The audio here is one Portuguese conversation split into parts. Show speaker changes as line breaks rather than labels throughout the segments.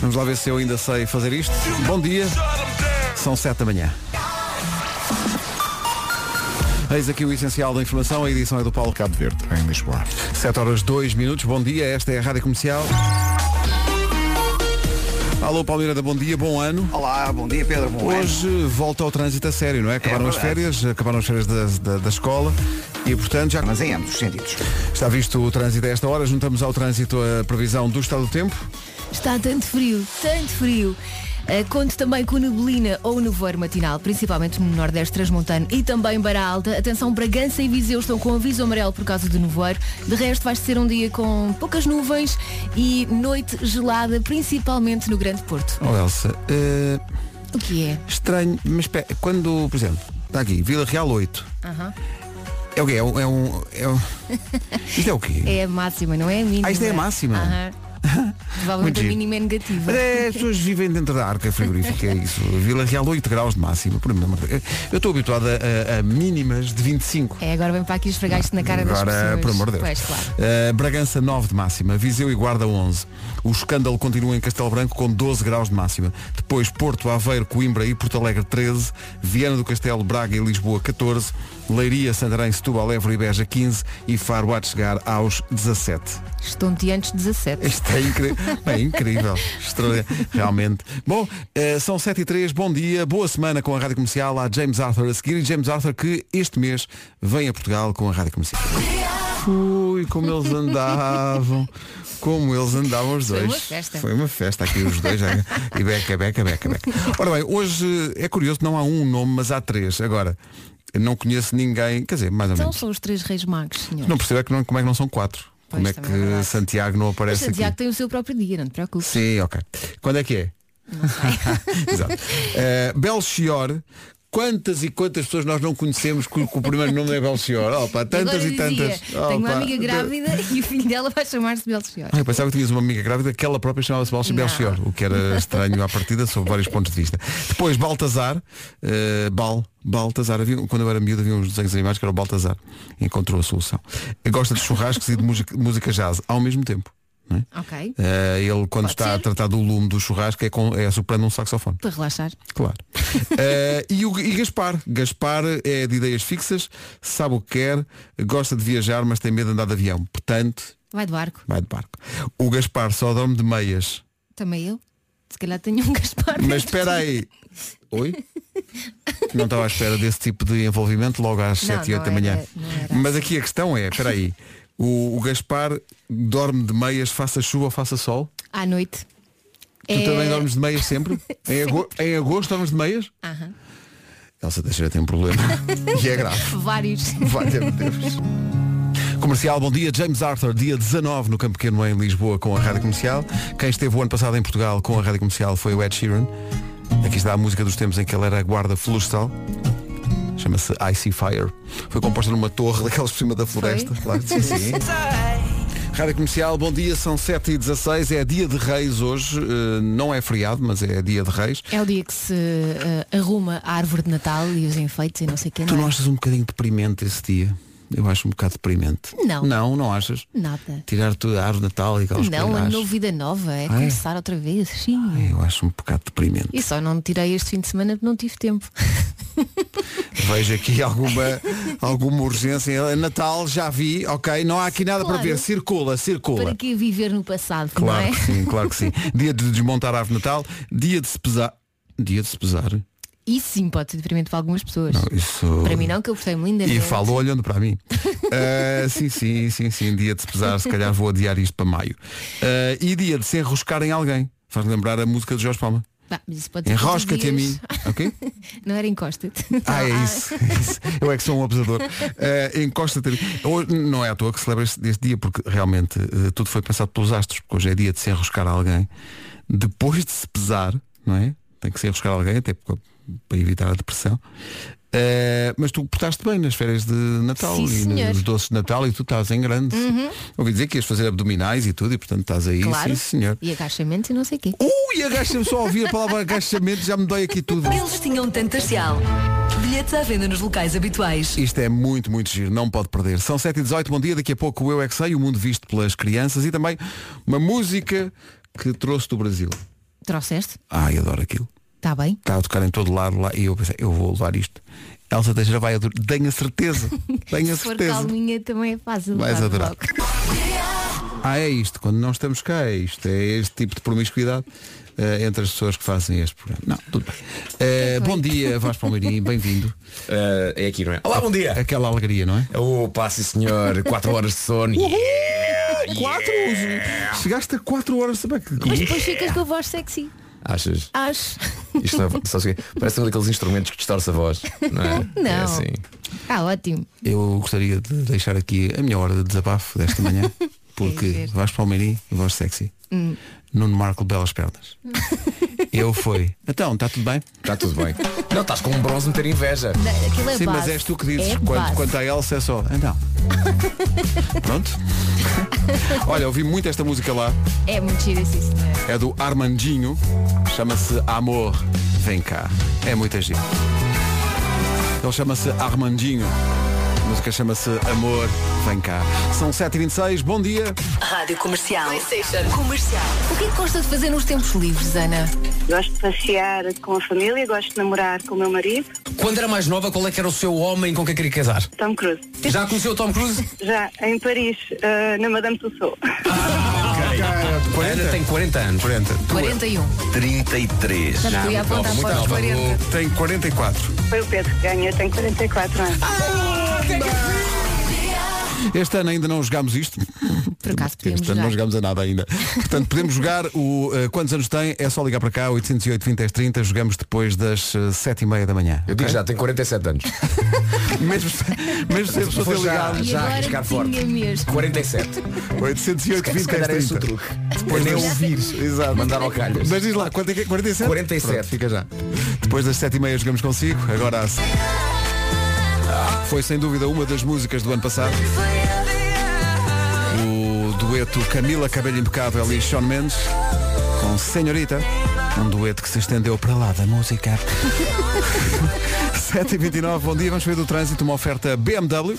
Vamos lá ver se eu ainda sei fazer isto. Bom dia. São 7 da manhã. Eis aqui o essencial da informação. A edição é do Paulo Cabo Verde, em Lisboa. 7 horas 2 minutos. Bom dia. Esta é a Rádio Comercial. Alô, Palmeira da Bom Dia, bom ano.
Olá, bom dia Pedro, bom
Hoje volta ao trânsito a sério, não é? Acabaram as
verdade.
férias, acabaram as férias da, da, da escola e, portanto, já
Mas em ambos os sentidos.
está visto o trânsito a esta hora. Juntamos ao trânsito a previsão do estado do tempo.
Está tanto frio, tanto frio. Eh, Conto também com neblina ou nevoeiro matinal, principalmente no Nordeste Transmontano e também Beira Alta. Atenção, Bragança e Viseu estão com aviso amarelo por causa do nevoeiro. De resto, vai ser um dia com poucas nuvens e noite gelada, principalmente no Grande Porto.
Oh, Elsa, eh,
O que é?
estranho, mas pe- quando, por exemplo, está aqui, Vila Real 8.
Aham.
É o quê? É um. É um, é um... Isto é o quê?
É a máxima, não é a mínima?
Ah, isto é a máxima?
Aham.
Muito
Provavelmente a
giro.
mínima é negativa.
Mas é, as pessoas vivem dentro da arca frigorífica, é isso. Vila Real 8 graus de máximo. Por mim, Eu estou habituado a, a- a mínimas de 25.
É, agora vem para aqui esfregar isto na cara das pessoas.
Agora, por amor de Deus.
Pois, claro.
Uh, Bragança 9 de máxima, Viseu e Guarda 11. O escândalo continua em Castelo Branco com 12 graus de máxima. Depois Porto, Aveiro, Coimbra e Porto Alegre 13, Viana do Castelo, Braga e Lisboa 14, Leiria, Santarém, Setúbal, Évora e Beja 15 e Faro há de chegar aos 17.
Estonteantes 17.
Isto é incrível. é incrível. Extraordinário. Realmente. Bom, eh, são 7 e 3 bom dia, boa semana com a Rádio Comercial. Há James Arthur a seguir e James Arthur que este mês vem a Portugal com a Rádio Comercial. Ui, como eles andavam. Como eles andavam os
Foi
dois.
uma festa.
Foi uma festa aqui os dois. já. E beca, beca, beca, beca. Ora bem, hoje eh, é curioso, não há um nome, mas há três. Agora, eu não conheço ninguém, quer dizer, mais ou
Então
menos.
são os três reis magos, senhor.
Não percebo é que não, como é que não são quatro.
Pois,
Como é
também é
que
verdade.
Santiago não
Mas
aparece aqui?
Santiago tem o seu próprio dia, não te preocupes.
Sim, ok. Quando é que é? Exato. Eh, Belchior, quantas e quantas pessoas nós não conhecemos que, o- que o primeiro nome é Belchior? Opa, tantas
Agora
e tantas.
Dizia, tenho uma
Opa.
amiga grávida e o filho dela vai chamar-se Belchior.
Ah, eu pensava que tinhas uma amiga grávida que ela própria chamava-se Belchi-
Não.
Belchior, o que era estranho à partida, sob vários pontos de vista. Depois, Baltazar, eh, Bal, Baltazar, havia, um, quando eu era miúdo havia uns desenhos animados que era o Baltazar, encontrou a solução. Gosta de churrascos e de música, música jazz ao mesmo tempo. não é?
Ok.
Eh, ele, quando
Pode
está a
ser.
tratar do lume do churrasco, é, com, é soprando um saxofone.
Para relaxar.
Claro. Eh, e, o, e Gaspar? Gaspar é de ideias fixas, sabe o que quer, gosta de viajar, mas tem medo de andar de avião. Portanto,
Vai de barco.
vai de barco. O Gaspar só dorme de meias.
Também eu. Se calhar tenho um Gaspar.
Mas espera aí. Oi? Não estava à espera desse tipo de envolvimento logo às
Não,
7 e 8 da
não
manhã.
era- não era assim.
Mas aqui a questão é, espera aí. O, o Gaspar dorme de meias, faça chuva ou faça sol?
À noite. É
Tu também dormes de meias sempre? Em, ago- em agosto dormes de meias?
Aham.
Elsa Teixeira tem um problema. e é grave.
Vários.
Valha-me Deus. Comercial, bom dia. James Arthur, dia 19 no Campo Pequeno em Lisboa com a Rádio Comercial. Quem esteve o ano passado em Portugal com a Rádio Comercial foi o Ed Sheeran. Aqui está a música dos tempos em que ele era guarda florestal. Chama-se Icy Fire. Foi composta numa torre daquelas por cima da floresta. Claro, sim, sim. Rádio Comercial, bom dia, são 7h16, é dia de reis hoje, Eh, não é feriado, mas é dia de reis.
É o dia que se eh, arruma a árvore de Natal e os enfeites e não sei o quê.
Tu
não
não
é?
achas um bocadinho deprimente esse dia? Eu acho um bocado deprimente.
Não.
Não, não achas?
Nada.
Tirar tudo a árvore de Natal e aquelas
Não,
coisas.
ano novo, vida nova.
Ah,
É
é?
começar outra vez. Sim.
Eu acho um bocado deprimente.
E só não tirei este fim de semana porque não tive tempo.
Vejo aqui alguma, alguma urgência. É Natal, já vi, ok. Não há aqui nada para
Claro.
ver. Circula, circula.
Para que viver no passado,
Claro
não é?
que sim, claro que sim. Dia de desmontar a árvore de Natal, dia de se pesar. Dia de se pesar.
Isso sim pode ser deprimente para algumas pessoas.
Isso.
Para mim não, que eu portei-me linda.
E
né?
falou olhando para mim. Ah, sim, sim, sim, sim. Dia de se pesar, se calhar vou adiar isto para maio. Ah, e dia de se enroscar em alguém. Faz lembrar a música de Jorge Palma.
Bah, mas isso pode ser todos os
Enrosca-te a
dias.
mim. Ok?
Não era encosta-te.
Ah, é isso, é isso. Eu é que sou um abusador. Eh, Encosta-te. a mim. Hoje Não é à toa que celebra este, este dia, porque realmente eh, tudo foi pensado pelos astros, porque hoje é dia de se enroscar a alguém. Depois de se pesar, não é? Tem que se enroscar a alguém, até porque- para evitar a depressão. Eh, mas tu portaste bem nas férias de Natal
Sim,
e
senhor. Uhum.
nos doces de Natal e tu estás em grande. Ouvi dizer que ias fazer abdominais e tudo e portanto estás aí,
Claro.
sim senhor.
E agachamento e não sei o quê.
Ui, agacha-me só a ouvir a palavra agachamento, já me dói aqui tudo.
Eles tinham tantacial. Bilhetes à venda nos locais habituais.
Isto é muito, muito giro, não pode perder. São 7 e 18 bom dia, daqui a pouco o Eu É Que Sei, o mundo visto pelas crianças e também uma música que trouxe do Brasil.
Trouxeste?
Ai, adoro aquilo.
Está bem?
Estava a tocar em todo lado lá e eu pensei, eu vou levar isto. Elsa Teixeira vai adorar. Tenho a certeza. Tenho a
Se for
certeza.
calminha também é fácil.
Vais
levar
adorar.
logo.
Ah, é isto. Quando não estamos cá, é isto. É este tipo de promiscuidade eh, entre as pessoas que fazem este programa. Não, tudo bem. Eh, bom dia, Vasco Palmeirim. Bem-vindo.
Ah, é aqui, não é? Olá, bom dia!
Aquela alegria, não é?
Ô, passe senhor, 4 horas de sono. Yeah, yeah.
Quatro! Chegaste a quatro horas também. Que-
Mas depois ficas com a voz sexy.
Achas?
Acho.
Isto não é, só se- parece um daqueles instrumentos que distorce a voz, não é?
Não.
É assim.
Ah, ótimo.
Eu gostaria de deixar aqui a minha hora de desabafo desta manhã, porque
ver.
Vasco Palmeirim, voz sexy.
Hum.
Nuno Marco, belas pernas. Eu fui. Então, está tudo bem?
Está Tá tudo bem. Não, estás com um bronze meter inveja.
Da- Aquilo é
Sim,
base.
mas és tu que dizes.
É
quanto,
base.
quanto a Elsa é só. Então. Pronto? Olha, ouvi muito esta música lá.
É muito giro assim, senhor.
É do Armandinho. Chama-se Amor. Vem cá. É muita gente. Ele chama-se Armandinho. A música chama-se Amor. Vem cá. São 7h26. Bom dia.
Rádio Comercial. Comercial.
O que é que gosta de fazer nos tempos livres, Ana?
Gosto de passear com a família, gosto de namorar com o meu marido,
Quando era mais nova, qual é que era o seu homem com quem queria casar?
Tom Cruise.
Já conheceu o Tom Cruise?
Já em Paris, eh, na Madame Tussauds.
é
A Ana tem 40 anos.
40.
41.
33.
Já me podia apontar para os 40.
Tem 44.
Foi o Pedro que ganhou, eu tenho 44 anos.
Este ano ainda não jogámos isto.
Por acaso podíamos
Este ano não
jogar.
jogámos a nada ainda. Portanto, podemos jogar o eh, quantos anos tem, é só ligar para cá, 808 20 10 30, jogamos depois das eh, 7h30 da manhã.
Eu digo já, tenho 47 anos.
Mesmo, se- mesmo se a pessoa ter
já.
ligado.
E
Já a
agora
arriscar
tinha
forte.
mesmo.
47.
808
Se
20
calhar é
10
esse o
30.
truque. Depois nem ouvir.
Exato.
Mandar ao calhas.
Mas diz lá, quanto é que é? 47?
47.
Pronto, fica já. Depois das 7h30 jogamos consigo. Agora às... Foi sem dúvida uma das músicas do ano passado. O dueto Camila Cabello Impecável e Sean Mendes com Senhorita. Um dueto que se estendeu para lá da música. 7h29, bom dia. Vamos ver do trânsito uma oferta BMW.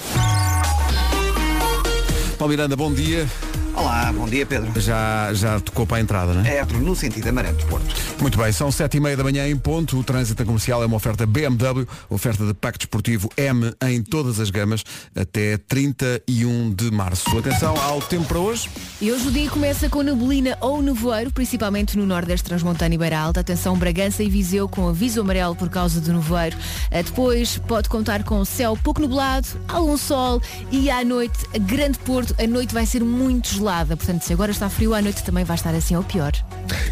Paulo Miranda, bom dia.
Olá, bom dia Pedro.
Já, já tocou para a entrada, né?
É, no sentido Amarante Porto.
Muito bem, são sete e meia da manhã em ponto. O trânsito comercial é uma oferta BMW, oferta de pacto esportivo M em todas as gamas até 31 de março. Atenção ao tempo para hoje.
E hoje o dia começa com neblina ou nevoeiro, principalmente no Nordeste Transmontano e Beira Alta. Atenção, Bragança e Viseu com aviso amarelo por causa do nevoeiro. Eh, Depois pode contar com céu pouco nublado, algum sol e à noite, a Grande Porto, a noite vai ser muito gelada. Portanto, se agora está frio, à noite também vai estar assim ou pior.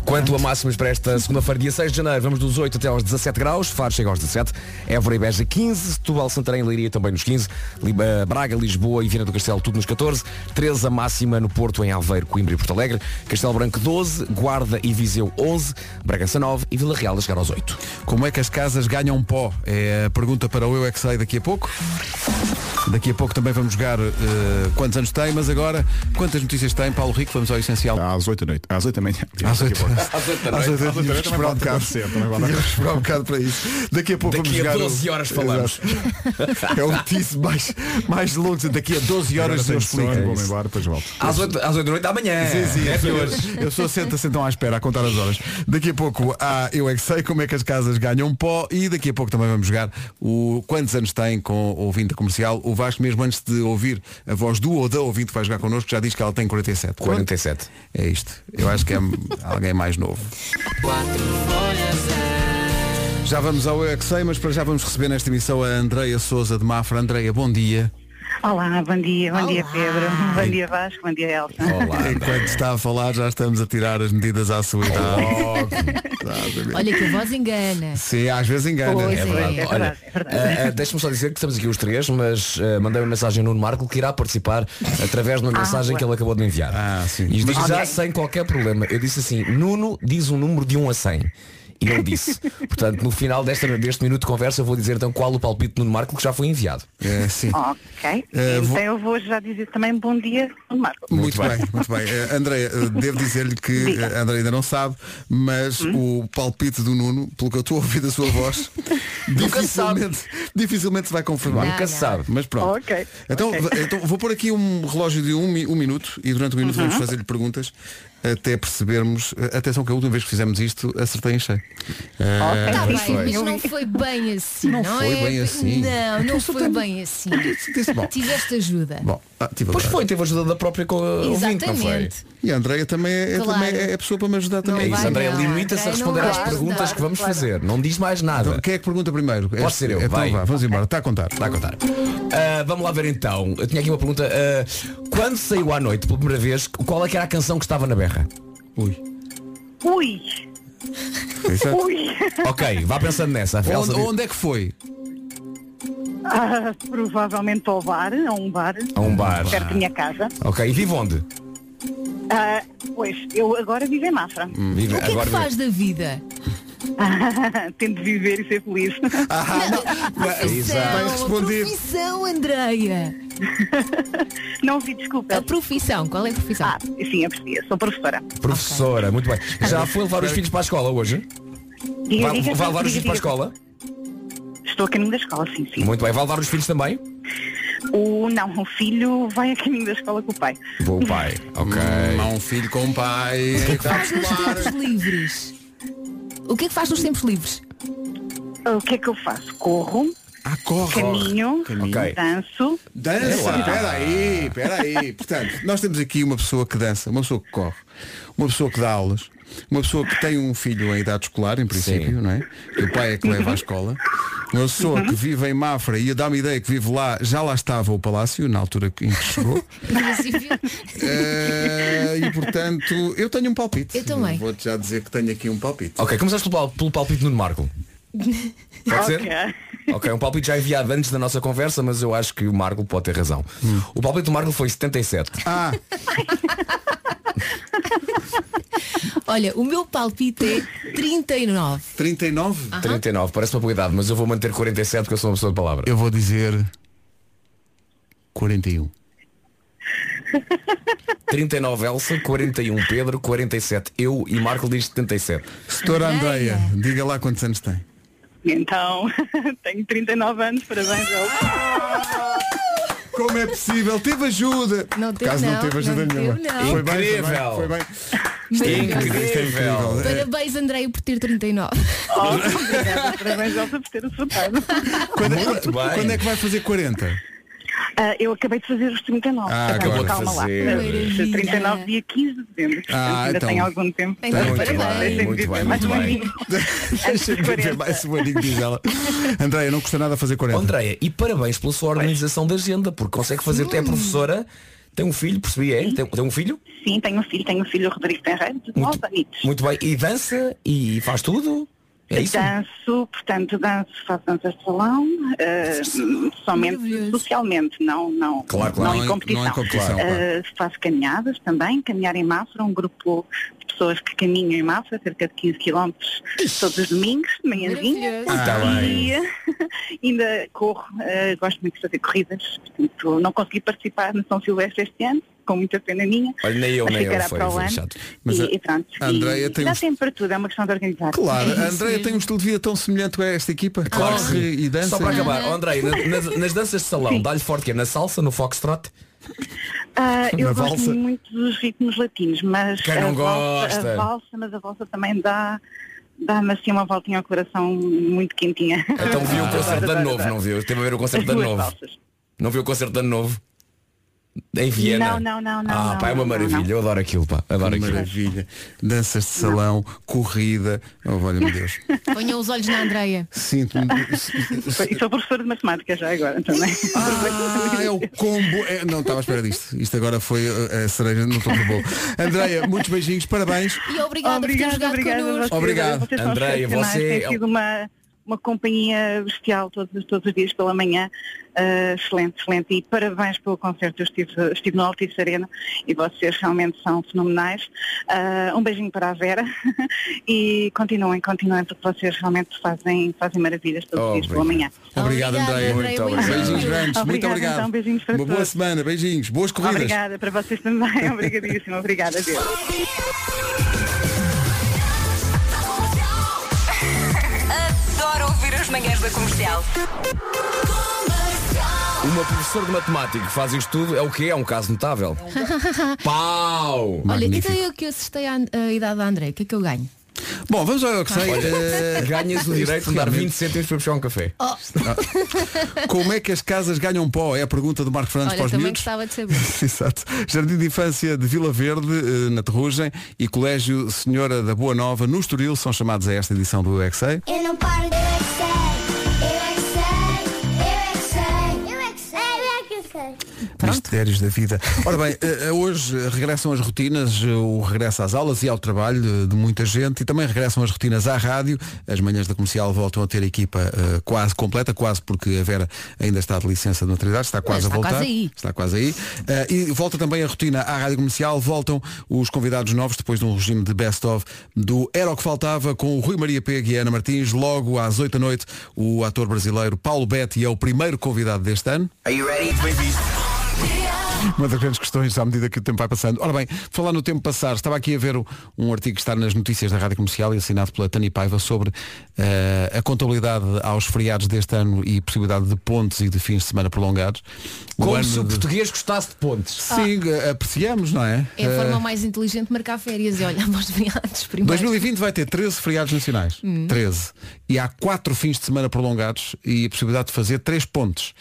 Quanto a máximos para esta segunda-feira, dia 6 de janeiro, vamos dos 8 até aos 17 graus, Faro chega aos 17, Évora e Beja 15, Setúbal, Santarém e Leiria também nos 15, Li- eh, Braga, Lisboa e Viana do Castelo tudo nos 14, 13 a máxima no Porto, em Aveiro, Coimbra e Porto Alegre, Castelo Branco 12, Guarda e Viseu 11, Bragança 9 e Vila Real a chegar aos 8.
Como é que as casas ganham pó? É a pergunta para o Eu é que sei daqui a pouco. Daqui a pouco também vamos jogar eh, quantos anos tem, mas agora quantas notícias tem? Paulo Rico, vamos ao essencial.
Às 8 da noite. Às 8 da manhã.
Às oito
Às oito da
Às
Às oito da
noite.
oito da
noite.
noite também pode acontecer, um também pode
Tínhamos que esperar um bocado para isso. Daqui a pouco
Daqui
vamos
a
jogar. o-
12 horas falamos.
Exato. É o título mais, mais longo. Daqui a 12 horas eu
tenho
explico.
sono, vou-me embora, depois volto.
Às 8, às 8 da noite da manhã.
Sim, sim, sim. assim, Eu sou senta-se então à espera, a contar as horas. Daqui a pouco há Eu É Que Sei como é que as casas ganham pó e daqui a pouco também vamos jogar o quantos anos tem com o ouvinte comercial. O Vasco, mesmo antes de ouvir a voz do ou da ouvinte que vai jogar connosco, já diz que ela tem 47.
47.
É isto. Eu acho que é alguém mais novo. Já vamos ao Eu É Que Sei, mas para já vamos receber nesta emissão a Andreia Souza de Mafra. Andreia, bom dia.
Olá, bom dia, bom dia Pedro, bom dia Vasco, bom dia Elsa.
Olá.
Enquanto está a falar, já estamos a tirar as medidas à sua idade.
Olha que a voz engana.
Sim, às vezes engana.
Pois
É
é.
verdade.
É
Olha,
verdade, é verdade.
ah, ah, deixa-me só dizer que estamos aqui os três, mas ah, mandei uma mensagem ao Nuno Marco que irá participar através de uma mensagem que ele acabou de me enviar.
Ah, sim.
E diz
Mas-
já sem qualquer problema. Eu disse assim, Nuno diz um número de 1 a 100. E ele disse. Portanto, no final desta, deste minuto de conversa eu vou dizer então qual o palpite do Nuno Marco que já foi enviado.
É, sim.
Ok,
Eh,
então
vou-
eu vou já dizer também bom dia ao Marco.
Muito,
Muito
bem.
bem.
muito bem. Eh, André, eh, devo dizer-lhe que
Diga. Hum?
eh, André ainda não sabe, mas o palpite do Nuno, pelo que eu estou a ouvir da sua voz, dificilmente, dificilmente se vai confirmar.
Não,
Nunca se sabe.
Mas pronto.
Ok,
Então,
ok. Uhum.
v- então vou pôr aqui um relógio de um, mi- um minuto e durante o minuto vamos um fazer-lhe perguntas. até percebermos. eh, Atenção que a última vez que fizemos isto acertei em cheio. Ah,
Tá
pois
bem,
foi.
mas não foi bem assim.
Não foi
é?
bem assim.
Não, não
Eu só
foi
tenho-
bem assim.
Disse- disse, bom,
Tiveste ajuda.
bom, ah, tive
Pois
agora.
foi, teve ajuda da própria co- ouvinte, não foi?
Exatamente.
E a Andreia também é, é
Claro.
também é a pessoa para me ajudar
Não
É
também.
isso,
vai
André,
dar.
limita-se a
Ok,
responder
não
às
vai
perguntas
dar,
que vamos
claro.
fazer. Não diz mais nada.
Quem é que pergunta primeiro? Este-
ser eu,
Então
vai.
vá, vamos embora. Está a contar.
Está a contar. Ah, vamos lá ver então. Eu tinha aqui uma pergunta. Ah, quando saiu à noite pela primeira vez, qual é que era a canção que estava na berra?
Ui,
Exato.
ui.
ok, vá pensando nessa. Rafael,
Onde,
sabe-
onde é que foi?
Ah, provavelmente ao bar, a um bar,
A um bar.
perto da minha casa.
Ok, e vive onde?
Ah, pois, eu agora vivo em Mafra.
Vive,
O que é que faz da vida?
Tento viver e ser feliz.
Exato.
Profissão,
Bem respondido.
A profissão, Andreia.
Não vi, desculpa.
A profissão, qual é a profissão?
Ah, sim, eu percebi, sou professora.
Professora, muito bem. Já foi levar os filhos para a escola hoje?
Diga,
Vai,
diga,
vai levar os
diga,
filhos para a escola?
diga. Estou a caminho da escola, sim, sim.
Muito bem, vai levar os filhos também?
O, não, o filho vai a caminho da escola com o pai.
Vou pai. Ok.
Há um filho com um pai.
é Faz nos tempos livres. O que é que faz nos tempos livres?
O que é que eu faço? Corro,
Ah, corre.
caminho,
Ok.
danço.
Dança, peraí, peraí. Portanto, nós temos aqui uma pessoa que dança, uma pessoa que corre, uma pessoa que dá aulas, uma pessoa que tem um filho em idade escolar, em princípio, não é? Que o pai é que leva à escola. Uma pessoa que vive em Mafra e dá-me ideia que vive lá, já lá estava o palácio, na altura em que chegou. Eh, e portanto, eu tenho um palpite.
Eu também.
Vou-te já dizer que tenho aqui um palpite.
Ok, começaste pelo, pal- pelo palpite Nuno Marco. Pode ser? Ok, um palpite já enviado antes da nossa conversa, mas eu acho que o Marco pode ter razão.
Hum.
O palpite do Marco foi 77.
Ah,
Olha, o meu palpite é 39.
39?
39, parece uma boa idade, mas eu vou manter 47 porque eu sou uma pessoa de palavra.
Eu vou dizer 41.
39 Elsa, 41 Pedro, 47 eu e Marco diz 77.
Setora Andreia, diga lá quantos anos tem.
Então, tenho 39 anos, parabéns, Elsa.
Como é possível? Teve ajuda.
Não teve,
Caso não,
não,
teve ajuda
não
nenhuma.
teve, não.
Foi bem, foi
Incrível.
bem, foi bem. Isto é
Incrível.
incrível.
Parabéns, Andreia, por ter 39.
Oh, obrigada, parabéns, Elsa, por ter acertado.
Quando,
Muito bem.
quando é que vai fazer 40?
Ah, eu acabei de fazer os 39.
Ah,
Então,
agora
calma lá.
fazer.
Ah, 39, dia 15 de dezembro. portanto,
Ah,
ainda
então.
tem algum tempo.
Então,
Mas
muito
parabéns,
bem,
tem
muito
de
bem, muito
viver mais um
bem.
aninho.
Deixa-me ver
40.
mais um aninho, diz ela. Andreia, não custa nada fazer 40.
Andréia, e parabéns pela sua organização da agenda, porque consegue fazer, é professora, tem um filho, percebi, é? Tem, tem um filho?
Sim, tenho um filho, tenho um filho, o Rodrigo Tenreiro, de 9
Muito,
anitos.
muito bem. E dança e faz tudo? É isso?
Danço, portanto, danço, faço danças de salão, eh, somente
Maravilhoso.
socialmente, não, não,
Claro, claro,
não
não em-
em competição.
não em competição,
Eh, faço caminhadas também, caminhar em Mafra, um grupo de pessoas que caminham em Mafra, cerca de 15 km todos os domingos, de manhãzinha.
Maravilhoso.
Tá bem.
E ainda corro, eh, gosto muito de fazer corridas, portanto, não consegui participar no São Silvestre este ano, com muita pena minha.
Olha, nem eu,
mas
nem eu,
ficará
foi-
para o
foi
ano.
chato.
Mas
e,
a-
e pronto.
a Andreia
e,
tem
dá
uns-
tempo para tudo, é uma questão de organizar.
Claro,
É isso
a Andreia tem um estilo de vida tão semelhante a esta equipa.
Claro que
Corre
sim.
e dança.
Só para acabar, oh, Andrei, na- nas, nas danças de salão, dá-lhe forte que é na salsa, no foxtrot?
Ah, eu
Na
gosto
valsa.
muito dos ritmos latinos, mas
Quem não
a, valsa,
gosta?
a valsa, mas a valsa também dá dá-me assim uma voltinha ao coração muito quentinha.
Então viu o concerto de ano novo, não viu? Esteve a ver o
As
concerto de ano
duas
novo.
valsas.
Não viu o concerto de ano novo? Em Viena?
Não, não, não, não,
Ah,
não,
pá, é uma
não, não,
maravilha.
não.
Eu adoro aquilo, pá. Adoro aquilo.
Maravilha. Danças de salão, corrida. Oh, olha-me Deus.
Ponham os olhos na Andreia.
Sinto-me.
E sou professora de matemática já agora também.
Ah, é o combo. É, não estava à espera disto. Isto agora foi eh, a cereja no topo do bolo. Andreia, muitos beijinhos, parabéns.
E obrigada por ter
obrigada,
jogado
obrigada. a
connosco.
vocês.
Obrigado.
Vocês são
Andreia,
excepcionais.
você é-
Tem sido uma, uma companhia bestial todos, todos os dias pela manhã. Ah, excelente, excelente. E parabéns pelo concerto. Eu estive, estive no Altice Arena e vocês realmente são fenomenais. Ah, um beijinho para a Vera e continuem, continuem, porque vocês realmente fazem, fazem maravilhas todos os dias pela manhã.
Obrigado,
Obrigada,
Andreia.
Andreia,
Muito
beijinhos.
obrigado. Beijinhos grandes. muito
Obrigada,
obrigado.
então, beijinhos para
Uma boa
todos.
semana. Beijinhos. Boas corridas.
Obrigada para vocês também. Obrigadíssima. Obrigada, Deus.
Adoro ouvir as manhãs da comercial. Comercial.
Uma professora de matemática que faz isto tudo é o quê? É um caso notável. Pau!
Olha, então eu que assustei à- a idade da André, o que é que eu ganho?
Bom, vamos ao Eu Que Sei. Eh,
Ganhas o direito de dar
Realmente.
20 cêntimos para puxar um café.
Oh.
Como é que as casas ganham pó? É a pergunta do Marco Fernandes
Olha,
para os
também
miúdos.
gostava de saber.
Exato. Jardim de Infância de Vila Verde, eh, na Terrugem, e Colégio Senhora da Boa Nova, no Estoril, são chamados a esta edição do UXA.
Eu não paro de eu é que sei, eu é que sei, eu é que sei, eu é que sei, eu é que sei.
Mistérios da vida. Ora bem, eh, eh, hoje eh, regressam as rotinas, eh, o regresso às aulas e ao trabalho de, de muita gente e também regressam as rotinas à rádio. As manhãs da comercial voltam a ter a equipa eh, quase completa, quase porque a Vera ainda está de licença de maternidade, está quase
está
a voltar.
quase aí.
Está quase aí. Eh, e volta também a rotina à rádio comercial, voltam os convidados novos depois de um regime de best-of do Era o que Faltava com o Rui Maria Pega e a Ana Martins. Logo às 8 da noite, o ator brasileiro Paulo Betti é o primeiro convidado deste ano.
Are you ready? Bem visto.
Uma das grandes questões à medida que o tempo vai passando. Ora bem, falar no tempo passar, estava aqui a ver o- um artigo que está nas notícias da Rádio Comercial e assinado pela Tani Paiva sobre eh, a contabilidade aos feriados deste ano e possibilidade de pontes e de fins de semana prolongados. O
Como
ano
se o
de-
português gostasse de pontes.
Sim, eh, apreciamos, não é?
É a
Eh,
forma mais inteligente de marcar férias e olhar para os feriados primeiro.
2020 vai ter 13 feriados nacionais. 13. E há quatro fins de semana prolongados e a possibilidade de fazer três pontes.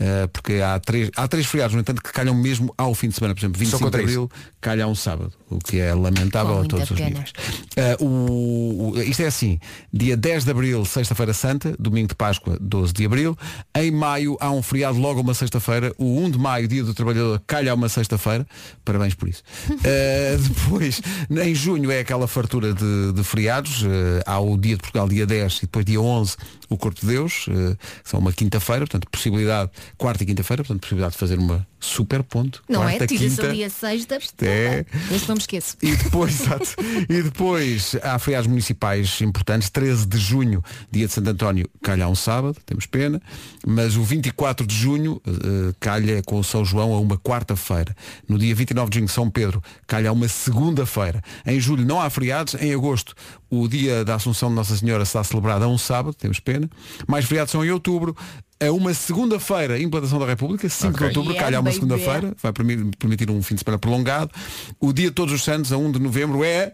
Uh, porque há três, há três feriados, no entanto, que calham mesmo ao fim de semana. Por exemplo, 25 de
contra
abril calha a um sábado, o que é lamentável
Com
a todos
muita
os
pena.
níveis. Uh, o- o- isto é assim, dia 10 de abril, sexta-feira santa, domingo de Páscoa, 12 de abril. Em maio há um feriado logo uma sexta-feira. O 1 de maio, dia do trabalhador, calha uma sexta-feira. Parabéns por isso. Uh, depois, em junho é aquela fartura de, de feriados. Uh, há o dia de Portugal, dia 10 e depois dia 11, o Corpo de Deus. Uh, são uma quinta-feira, portanto, possibilidade, quarta e quinta-feira, portanto, possibilidade de fazer uma super ponte.
Não
quarta,
é? Tira-se
quinta.
ali a sexta.
É.
Esse não me esqueço.
E depois, exato. e depois há feriados municipais importantes. 13 de junho, dia de Santo António, calha a um sábado, temos pena. Mas o 24 de junho eh, calha com o São João a uma quarta-feira. No dia 29 de junho, São Pedro, calha a uma segunda-feira. Em julho não há feriados. Em agosto, o dia da Assunção de Nossa Senhora será celebrado a um sábado, temos pena. Mais feriados são em outubro. A É uma segunda-feira, implantação da República, 5 de outubro,
Yeah,
calha a uma
baby.
segunda-feira vai permi- permitir um fim de semana prolongado. O dia de todos os santos, a 1 de novembro, é,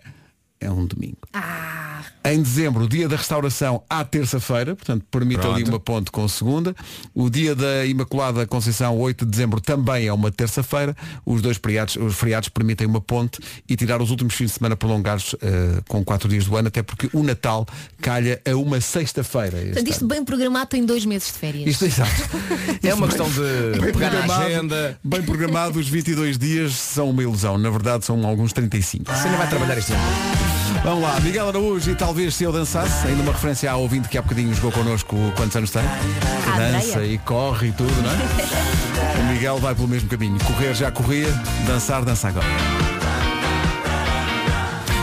é um domingo.
Ah.
Em dezembro, o dia da restauração à terça-feira, portanto permite ali uma ponte com segunda. O dia da Imaculada Conceição, 8 de dezembro, também é uma terça-feira. Os dois feriados, os feriados permitem uma ponte e tirar os últimos fins de semana prolongados eh, com quatro dias do ano, até porque o Natal calha a uma sexta-feira. este
Portanto, isto um
ano.
bem programado tem dois meses de férias.
Isto, exato.
É uma questão de pegar na agenda.
Bem programado, os 22 dias são uma ilusão. Na verdade, são alguns 35.
Você ainda vai trabalhar este ano.
Vamos lá, Miguel Araújo e talvez se eu dançasse, ainda uma referência ao ouvinte que há bocadinho jogou connosco quantos anos tem, que
Andreia.
dança e corre e tudo, não é? O Miguel vai pelo mesmo caminho. Correr já corria, dançar, dança agora.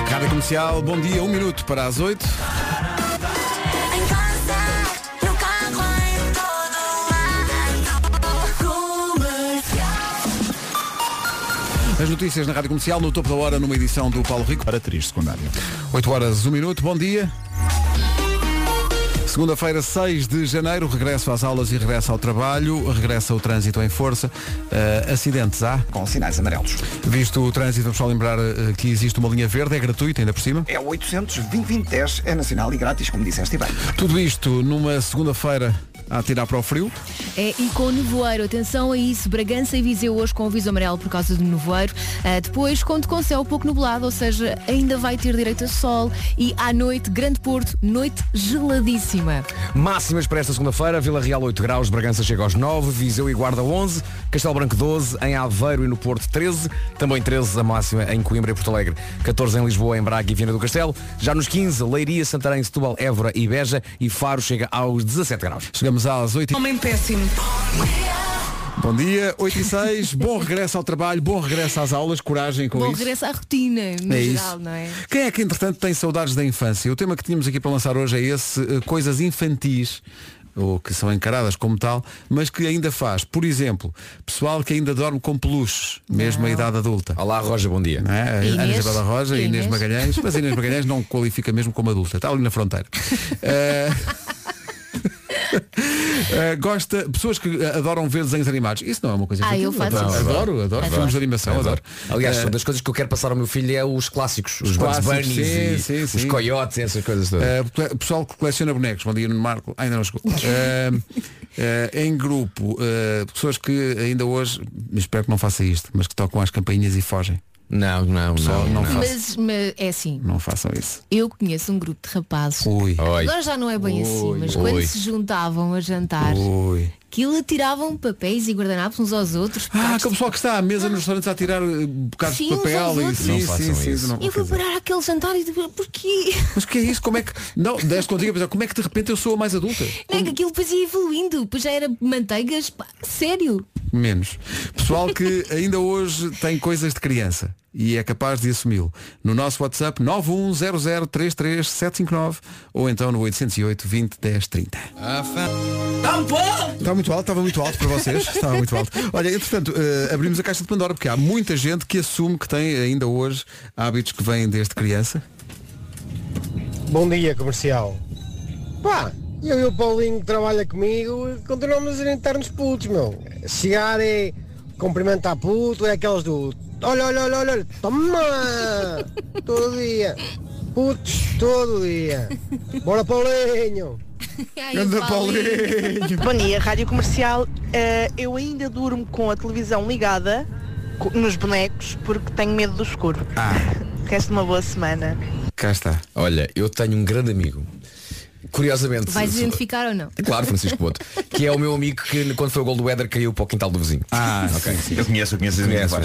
Rádio Comercial, bom dia, um minuto para as oito.
Em casa, no carro, em todo
As notícias na Rádio Comercial, no topo da hora, numa edição do Paulo Rico.
Para atriz secundária.
8 horas, 1 minuto, bom dia. Segunda-feira, 6 de janeiro, regresso às aulas e regresso ao trabalho, regressa o trânsito em força. Ah, acidentes há?
Com sinais amarelos.
Visto o trânsito, vamos só lembrar ah, que existe uma linha verde, é gratuita ainda por cima.
É 800 2010 é nacional e grátis, como disseste bem.
Tudo isto numa segunda-feira a tirar para o frio.
É, e com o nevoeiro, atenção a isso, Bragança e Viseu hoje com o viso amarelo por causa do nevoeiro. Ah, depois, conto com céu pouco nublado, ou seja, ainda vai ter direito a sol. E à noite, Grande Porto, noite geladíssima.
Máximas para esta segunda-feira, Vila Real 8 graus, Bragança chega aos 9, Viseu e Guarda 11, Castelo Branco 12, em Aveiro e no Porto 13, também 13 a máxima em Coimbra e Porto Alegre, 14 em Lisboa, em Braga e Viana do Castelo, já nos 15, Leiria, Santarém, Setúbal, Évora e Beja e Faro chega aos 17 graus.
Chegamos às 8
Homem péssimo.
e... Bom dia, 8 e 6, bom regresso ao trabalho, bom regresso às aulas, coragem com
Bom
isso.
regresso à rotina, no
É
geral,
isso.
não é?
Quem é que entretanto tem saudades da infância? O tema que tínhamos aqui para lançar hoje é esse, eh, coisas infantis ou que são encaradas como tal, mas que ainda faz, por exemplo, pessoal que ainda dorme com peluches, mesmo a idade adulta.
Olá, Roja, bom dia.
Não é? A
Inês.
Ana Isabela Roja e Inês
Inês.
Magalhães, mas a Inês Magalhães não qualifica mesmo como adulta, está ali na fronteira. Eh, Uh, gosta, pessoas que uh, adoram ver desenhos animados. Isso não é uma coisa
Ah,
infantil,
eu faço
adoro,
isso.
adoro, adoro.
Adoro.
Filmes de animação, adoro.
Aliás, uma das coisas que eu quero passar ao meu filho é os clássicos, os Bugs
É. clássicos,
Bunnies,
sim,
e
sim, sim.
os coiotes, essas coisas todas.
Uh, cole- pessoal que coleciona bonecos, bom dia no Marco, ainda não chegou. Uh, uh, em grupo, uh, pessoas que ainda hoje, espero que não faça isto, mas que tocam as campainhas e fogem.
Não, não,
Pessoal, não, façam,
Mas, mas é assim,
não façam isso.
eu conheço um grupo de rapazes.
Ui.
Oi.
Agora já não é bem assim, mas
Ui.
quando se juntavam a jantar,
Ui.
que ele tiravam papéis e guardanapos uns aos outros.
Ah,
pratos
aquele pessoal que está à mesa nos restaurantes a tirar uh, bocados
Sim,
de
uns aos
papel e
outros.
sim,
Não
sim,
façam
sim,
isso.
não-
Eu fui parar aquele jantar e digo, porquê?
Mas que é isso? Como é que. Não, deste contigo, a pensar, como é que de repente eu sou a mais adulta?
Não é que aquilo depois ia evoluindo, depois já era manteigas, pá, sério.
Menos. Pessoal que ainda hoje tem coisas de criança e é capaz de assumi-lo. No nosso WhatsApp 910033759 ou então no 808 20 10 30. Está muito alto, estava muito alto para vocês. Estava muito alto. Olha, entretanto, eh, abrimos a caixa de Pandora porque há muita gente que assume que tem ainda hoje hábitos que vêm desde criança.
Bom dia, comercial. Pá, eu e o Paulinho que trabalha comigo continuamos a ser internos putos, meu. Chegar é cumprimentar puto, é aqueles do. Olha, olha, olha, olha, olha, toma! todo dia. Putos, todo dia. Bora, Paulinho!
Ai,
Anda,
Paulinho.
Paulinho!
Bom dia, Rádio Comercial. Eh, eu ainda durmo com a televisão ligada co- nos bonecos porque tenho medo do escuro.
Ah.
Resta uma boa semana.
Cá está.
Olha, eu tenho um grande amigo. Curiosamente,
Vais
se-
identificar ou não?
claro, Francisco Boto, que é o meu amigo que quando foi o gol do Éder caiu para o quintal do vizinho.
Ah, ok.
Eu conheço, eu conheço.
Conhece?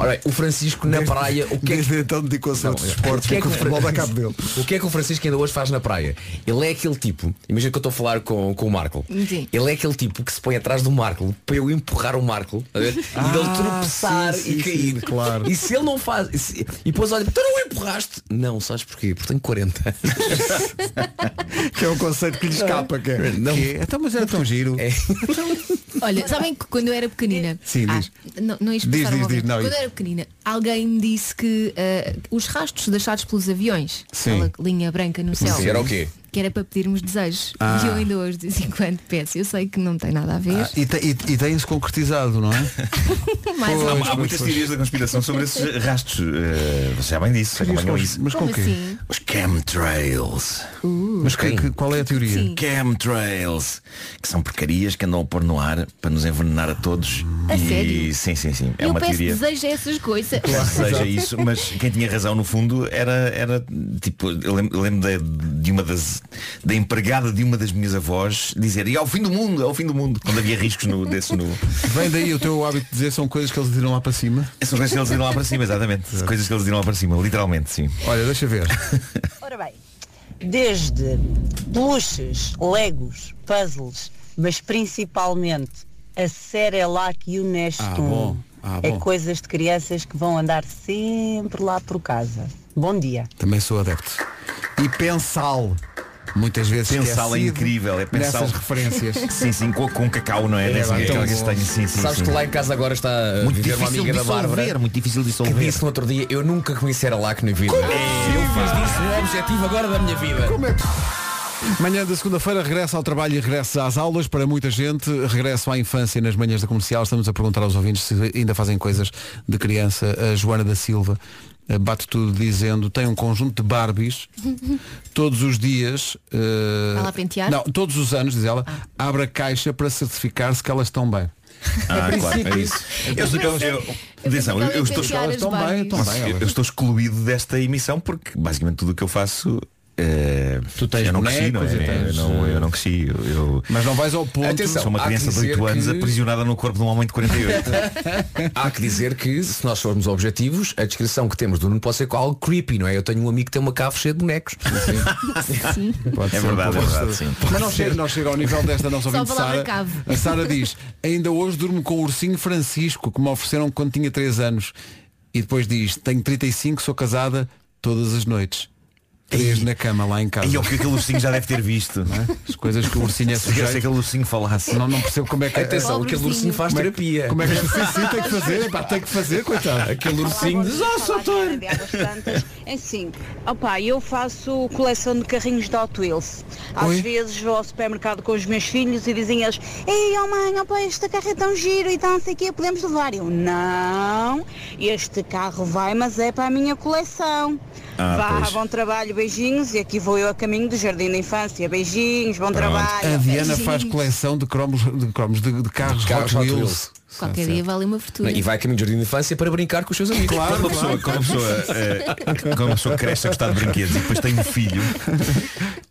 Ora bem, o Francisco na praia, o que é que
Desde então dedicou-se a outros
Não,
esportes porque o futebol dá cabo dele.
O que é que o Francisco ainda hoje faz na praia? Ele é aquele tipo, imagina que eu estou a falar com, com o Marco.
Sim.
Ele é aquele tipo que se põe atrás do Marco para eu empurrar o Marco tá a ver, e dele tropeçar
sim, sim,
e cair.
sim, claro.
E se ele não faz. E, se- e depois olha, tu não o empurraste? Não, sabes porquê? Porque tenho 40.
Que é um conceito que lhe escapa, que é.
Não. É
Que é, Então, mas era tão giro.
Olha, sabem que quando eu era pequenina.
Sim,
Ah,
diz.
Não, não ia
Diz,
expressar
diz,
uma
diz,
vez.
não,
Quando
isso.
eu era pequenina, alguém me disse que ah, os rastros deixados pelos aviões,
Sim.
aquela linha branca no céu.
Sim, era o quê?
Que era para pedirmos desejos. E eu ainda hoje, de vez em quando, peço. Eu sei que não tem nada a ver.
Ah, e te- e, e tem-se concretizado, não é?
mais
pois.
um, ou menos.
Há muitas
pois.
teorias da conspiração sobre esses rastros. eh, Vocês sabem disso, acompanham isso.
mas com
Como
o quê?
assim?
Os chemtrails.
Mas que- que- qual é a teoria?
Sim.
Chemtrails. Que são porcarias que andam a pôr no ar para nos envenenar a todos.
A
e
sério?
sim, sim, sim. É
eu
uma
peço
teoria.
desejo a essas coisas.
seja é isso, mas quem tinha razão no fundo era, era tipo, eu lembro, eu lembro da- de, uma das da empregada de uma das minhas avós dizer, e ao fim do mundo, ao fim do mundo, quando havia riscos no, desses no.
Vem daí o teu hábito de dizer são coisas que eles tiram lá para cima.
São coisas que eles viram lá para cima, exatamente. Coisas que eles viram lá para cima, literalmente, sim.
Olha, deixa ver.
Ora bem, desde peluches, legos, puzzles, mas principalmente a Cerelac e o
Ah,
Nestum.
bom. Ah,
é
bom.
coisas de crianças que vão andar sempre lá por casa. Bom dia.
Também sou adepto. E pensal. Muitas vezes
Pensal é
esquecido
incrível, é pensal.
Nessas referências.
Sim, sim, com, com cacau, não é? Deve ser
bem,
aquela
tão
que se
bom.
tem, sim, sim,
Sabes
sim.
que lá em casa agora está a
Muito
viver uma
difícil
amiga da
dissolver,
Bárbara.
muito difícil
Que
dissolver.
disse no outro dia, eu nunca conheci a LAC na vida. eu fiz disso um objetivo agora da minha vida.
Manhã da segunda-feira regresso ao trabalho e regresso às aulas para muita gente, regresso à infância nas manhãs da comercial. Estamos a perguntar aos ouvintes se ainda fazem coisas de criança. A Joana da Silva eh, bate tudo dizendo tem um conjunto de Barbies todos os dias eh,
Vai lá pentear?
não todos os anos diz ela abre a caixa para certificar-se que elas estão bem
Ah, claro, é isso. Eu, sou- eu, eu, atenção, eu, eu estou
Pentear as
estão bem,
Barbies.
estão bem
Eu,
elas.
eu estou excluído desta emissão porque basicamente tudo o que eu faço eh,
Tu tens
eu não cresci, não
bonecos
é?
e tens,
eu, não, eu não cresci. Eu, eu
mas não vais ao ponto
Atenção.
sou uma
há que
criança de 8
dizer
anos
que-
aprisionada no corpo de um homem de 48.
Há que dizer que se nós formos objetivos, a descrição que temos do Nuno pode ser algo creepy, não é? Eu tenho um amigo que tem uma cave cheia de bonecos.
Pode
é verdade, é
ser um pouco
verdade,
assustador.
sim.
Mas não chega, não chega ao nível desta nossa
Só a
ouvinte
palavra
Sara.
cabe.
A Sara diz, ainda hoje durmo com o ursinho Francisco, que me ofereceram quando tinha 3 anos. E depois diz, tenho 35, sou casada todas as noites. três na cama lá em casa.
E é o que aquele ursinho já deve ter visto. não é?
As coisas que o ursinho é
Se se
sujeito.
aquele ursinho falasse.
Não, não percebo como é que
Atenção,
Pobrezinho.
aquele ursinho faz
Como é que-
terapia.
Como é que sim, sim, tem que fazer? Epá, tem que fazer, coitado.
Aquele ursinho diz, oh, Sator!
né, É assim, opá, eu faço coleção de carrinhos de Hot Wheels. Às
Oi?
vezes vou ao supermercado com os meus filhos e dizem eles, ei, oh mãe, opa, este carro é tão giro e tal, não sei o quê, podemos levar. Eu, não, este carro vai, mas é para a minha coleção.
Ah,
Vá,
pois.
bom trabalho, beijinhos, e aqui vou eu a caminho do Jardim da Infância. Beijinhos, bom trabalho.
A Diana
Sim.
faz coleção de cromos de, cromos, de, de carros,
Carros
Hot
Hot
Wheels.
Wheels.
Qualquer dia vale uma fortuna.
E vai a caminho de jardim de infância para brincar com os seus amigos.
Quando uma pessoa, quando uma pessoa, eh, quando uma pessoa cresce a gostar de brinquedos e depois tem um filho,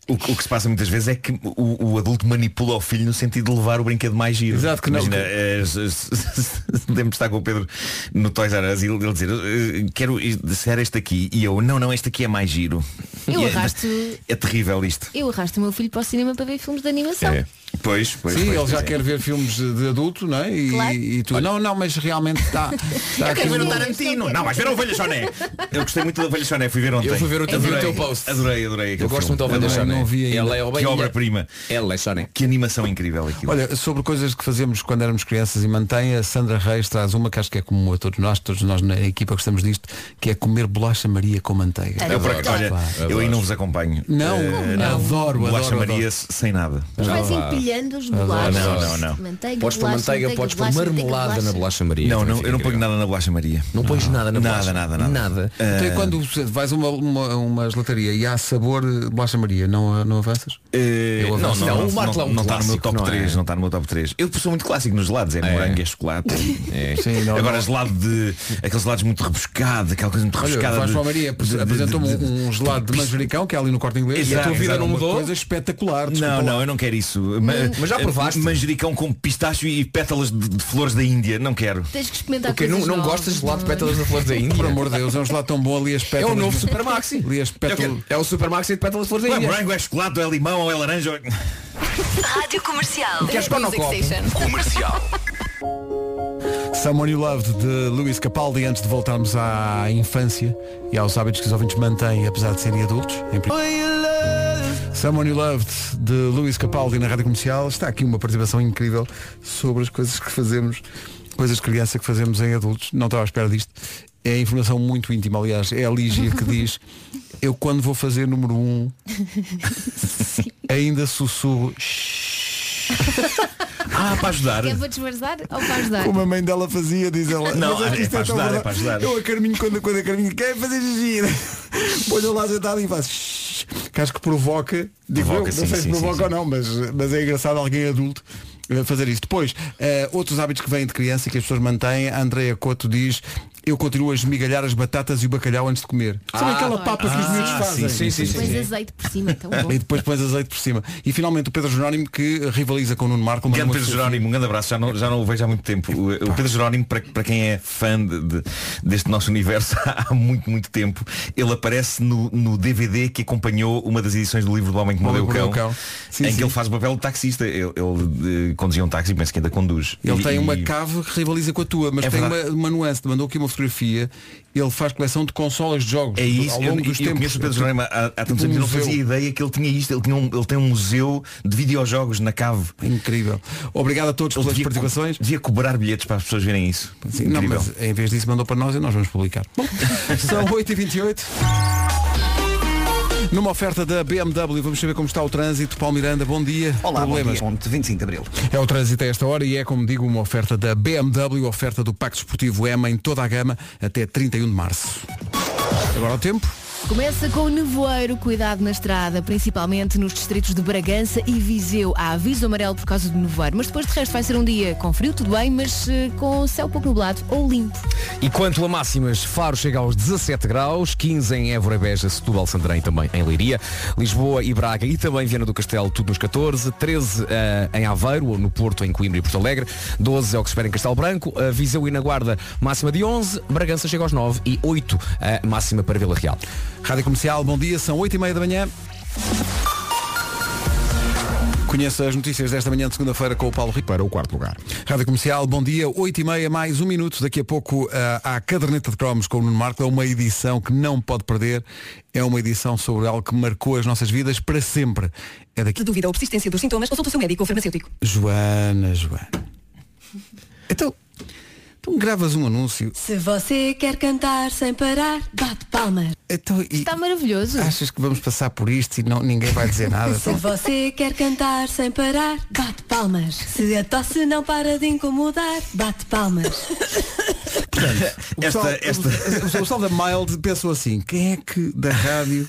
o, que- o que se passa muitas vezes é que o, o adulto manipula o filho no sentido de levar o brinquedo mais É giro.
Exato, que não-
Imagina, eh, se- se- se- lembro de estar com o Pedro no Toys R Us e ele ele dizer, eh, quero se era este aqui e eu, não, não, este aqui é mais giro.
Eu
E é,
arrasto-
é terrível isto.
Eu arrasto o meu filho para o cinema para ver filmes de animação.
Então.
É.
Pois, pois,
É. Sim,
pois,
ele já
pois é.
quer ver filmes de adulto, não é? E,
Claro.
e tu, não, não, mas realmente está. está
Eu quero ver o
um-
Tarantino. Não, vais ver a Ovelha Choné. Eu gostei muito da Ovelha Choné, fui ver ontem.
Eu fui ver o teu-
Adorei,
vi o teu post.
Adorei, adorei. aquele
Eu gosto
filme.
muito da ovelha
Adorei.
Choné. não vi
Shonen.
ainda.
Ela é ovelha.
Que obra-prima.
Ela é Shonen.
Que animação incrível aquilo.
Olha, sobre coisas que fazemos quando éramos crianças e mantém, a Sandra Reis traz uma que acho que é comum a todos nós, todos nós na equipa gostamos disto, que é comer bolacha Maria com manteiga.
eu, por acaso- olha,
Pá.
eu aí não vos acompanho.
Não,
Eh,
não. Adoro,
Bolacha
adoro,
Maria s- sem nada.
Mas vais empilhando os bolachas.
Não, não, não.
Manteiga,
Podes pôr
bolacha,
manteiga, podes pôr
bolacha,
marmelada na bolacha Maria.
Não,
Também
não,
fica
eu não ponho
incrível.
nada na Bolacha Maria.
Não pões nada na
Nada,
bolacha.
nada, nada.
Nada.
Eh,
Então, e quando vais a uma, uma, uma gelataria e há sabor de bolacha Maria, não, não avanças?
Eh,
Eu
não,
avanço. Não,
não,
o Marco é
não,
um
não está no meu
clássico,
top
não é?
3, não está no meu top 3. Eu sou muito clássico nos gelados, é, morango, é chocolate. é.
Sim, não,
Agora
não.
gelado de. Aqueles gelados muito rebuscados, aquela coisa muito
Olha,
rebuscada.
vais
de-
para a Maria,
de- de-
apresentou-me
de-
um, um gelado de manjericão, que é ali no corte inglês,
Exato,
e a tua vida
exato.
não
Uma
mudou?
coisa
coisa espetacular.
Não, não, eu não quero isso. Ma-
É.
Mas já
eh,
provaste?
Manjericão com pistacho e pétalas de, de flores da Índia, não quero.
Tens que experimentar
Ok, não,
coisas
não
novas,
gostas de
não
lado de
é?
pétalas da flor da
Por
Índia?
amor de Deus, é um gelado tão bom ali as
É
pétalas.
o novo Supermaxi.
Ali as pétalas.
É o Supermaxi de pétalas de flor da
Não é
Índia.
morango, é chocolate, ou é limão, ou é laranja. ou é-
Rádio Comercial.
Queres pôr no
Music
copo?
Station.
Someone You Loved de Luís Capaldi antes de voltarmos à infância e aos hábitos que os ouvintes mantêm apesar de serem adultos. Em prin- Someone You Loved de Luís Capaldi na Rádio Comercial está aqui uma participação incrível sobre as coisas que fazemos, coisas de criança que fazemos em adultos. Não estava à espera disto. É informação muito íntima, aliás, é a Lígia que diz eu quando vou fazer número um ainda sussurro
Ah, para ajudar.
É para disfarçar ou para ajudar?
Como a mãe dela fazia, diz ela.
Não,
Mas acho que
é
isto
para
tão
ajudar, é
verdade.
para ajudar.
Eu a Carminho, quando, quando a Carminho quer fazer xixi, ponho lá sentado e faço shhh, que acho que provoca, digo
Provoca,
eu, não
sim,
sei se
sim,
provoca
sim, sim.
ou não, mas, mas é engraçado alguém adulto eh, fazer isso. Depois, eh, outros hábitos que vêm de criança e que as pessoas mantêm, a Andrea Couto diz, eu continuo a esmigalhar as batatas e o bacalhau antes de comer. Ah, Sabe aquela papa que os miúdos
ah,
fazem?
sim, sim, sim,
Depois
sim.
azeite por cima, então bom.
E depois pões azeite por cima. E finalmente o Pedro Jerónimo que rivaliza com o Nuno Marco. manda
Grande
uma
Pedro
fotografia.
Jerónimo, um grande abraço, já não, já não o vejo há muito tempo. O, o Pedro Jerónimo, para, para quem é fã de- de- deste nosso universo há muito, muito tempo, ele aparece no, no DVD que acompanhou uma das edições do livro do Homem que Mordeu o Cão,
Sim,
em
sim.
que ele faz o papel de taxista. Ele, ele, eh, conduzia um táxi, penso que ainda conduz.
Ele
E-
tem uma
e-
cave que rivaliza com a tua, mas
É
tem uma,
verdade.
uma nuance. Te Mandou aqui uma fotografia. Ele faz coleção de consolas de jogos
É isso,
ao
eu,
longo dos
eu
tempos.
conheço o Pedro Jerónimo há, há tantos
um
anos, eu não
museu.
fazia ideia que ele tinha isto, ele, tinha um- ele tem um museu de videojogos na cave.
Incrível. Obrigado a todos
Ele
pelas
devia,
participações.
devia cobrar bilhetes para as pessoas verem isso.
Sim, não,
Incrível.
mas em vez disso mandou para nós e nós vamos publicar. Bom, são 8h28. Numa oferta da BMW, vamos saber como está o trânsito. Paulo Miranda, bom dia.
Olá, bom
Problemas.
dia. Ponte 25 de Abril.
É o trânsito a esta hora e é, como digo, uma oferta da BMW, oferta do Pacto Esportivo EMA em toda a gama até 31 de março. Agora o tempo.
Começa com o nevoeiro, cuidado na estrada, principalmente nos distritos de Bragança e Viseu. Há aviso amarelo por causa do nevoeiro, mas depois de resto vai ser um dia com frio, tudo bem, mas eh, com céu pouco nublado ou limpo.
E quanto a máximas, Faro chega aos 17 graus, 15 em Évora, Beja, Setúbal, Santarém também em Leiria, Lisboa e Braga e também Viana do Castelo, tudo nos 14, 13 eh, em Aveiro, ou no Porto, em Coimbra e Porto Alegre, 12 é o que se espera em Castelo Branco, eh, Viseu e na Guarda máxima de 11, Bragança chega aos 9 e 8 a máxima para Vila Real.
Rádio Comercial, bom dia, são 8 e meia da manhã. Conheça as notícias desta manhã de segunda-feira com o Paulo Rico.
Para o quarto lugar.
Rádio Comercial, bom dia, 8 e meia, mais um minuto. Daqui a pouco ah, há a caderneta de cromos com o Nuno Marco. É uma edição que não pode perder. É uma edição sobre algo que marcou as nossas vidas para sempre. É daqui.
De dúvida ou persistência dos sintomas, consulta o seu médico ou farmacêutico.
Joana, Joana. Então, então gravas um anúncio.
Se você quer cantar sem parar, bate palmas.
Então, e
Está maravilhoso.
achas que vamos passar por isto e não, ninguém vai dizer nada?
Se
Então,
você quer cantar sem parar, bate palmas. Se a tosse não para de incomodar, bate palmas.
o, pessoal,
Esta- esta-
o- o- o pessoal da Mild pensou assim, quem é que da rádio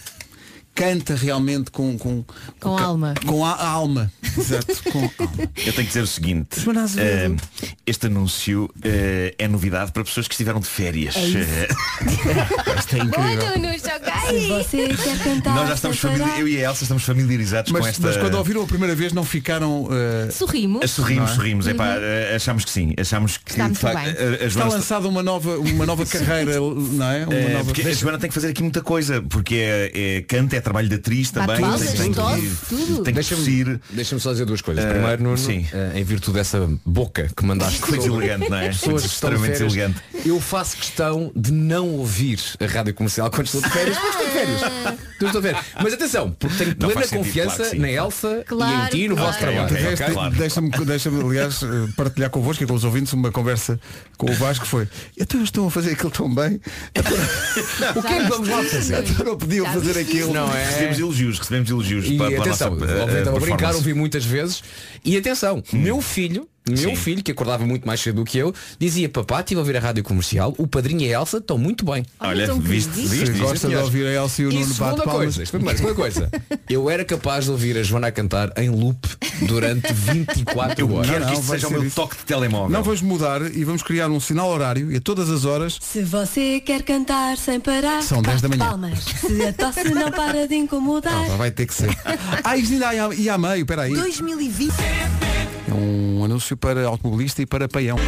canta realmente com com,
Com alma.
Com a, a alma. Exato, com alma.
Eu tenho que dizer o seguinte.
Joana Azevedo.
eh, este anúncio eh, é novidade para pessoas que estiveram de férias. Eh,
Isto é incrível.
Olha, Nuno, joga
Se
aí.
você quer cantar
Nós já estamos
sem parar,
famili- eu e a Elsa estamos familiarizados
Mas,
com esta.
mas quando ouviram a primeira vez não ficaram. eh,
Sorrimos.
A sorrimos, sorrimos, é pá, achámos que sim, achámos que
Está
de
muito
facto, eh,
bem.
a, a
Uhum. Está
Joana está-
lançada uma nova, uma nova carreira, não é? Uma
É,
nova.
porque a Joana tem que fazer aqui muita coisa, porque é, é canta, é trabalho de atriz
Bate
também,
palmas,
tem,
tosse, tudo.
que, tem que tossir.
Deixa-me só dizer duas coisas.
Eh,
Primeiro, Nuno,
sim.
eh, em virtude dessa boca que mandaste
Coisa
sobre
elegante, não é?
as pessoas que estão de
Extremamente
férias,
elegante.
eu faço questão de não ouvir a rádio comercial quando estou de férias, porque estou de férias. Porque estou de férias. Mas atenção, porque tenho
Não
plena
faz sentido,
confiança
claro que sim.
na Elsa e em
Claro,
ti e no vosso
claro.
trabalho.
Ok,
Este-
é, claro.
Deixa-me, deixa-me, aliás, eh, partilhar convosco e com os ouvintes uma conversa com o Vasco que foi. Então eles estão a fazer aquilo tão bem. Agora, o que é que vamos lá fazer? Agora não podiam
Já
fazer
viste?
aquilo.
Não é?
Recebemos elogios, recebemos elogios
E
para, para
atenção,
a nossa eh,
obviamente estava a brincar,
performance. Hum.
ouvi muitas vezes. E atenção, meu filho, meu
Sim.
filho, que acordava muito mais cedo do que eu, dizia, papá, estive a ouvir a rádio comercial, o padrinho e a Elsa estão muito bem.
Olha,
Olha,
tão
viste,
querido.
viste,
Se
viste,
gosta de
senhores?
ouvir a Elsa e o
E
Nuno bate
segunda
palmas.
coisa, isto foi demais, segunda coisa, eu era capaz de ouvir a Joana a cantar em loop durante 24
Eu
horas.
quero
Não,
que
não,
isto
vai
seja o
ser
meu
isso.
toque de telemóvel.
Não vamos mudar e vamos criar um sinal horário e a todas as horas.
Se você quer cantar sem parar,
São 10 da
bate
manhã. Tá
palmas. Se a tosse não para de incomodar,
Vai ter que ser. Ah, isto ainda há- e há meio, espera aí.
2020.
É um anúncio para automobilista e para paião.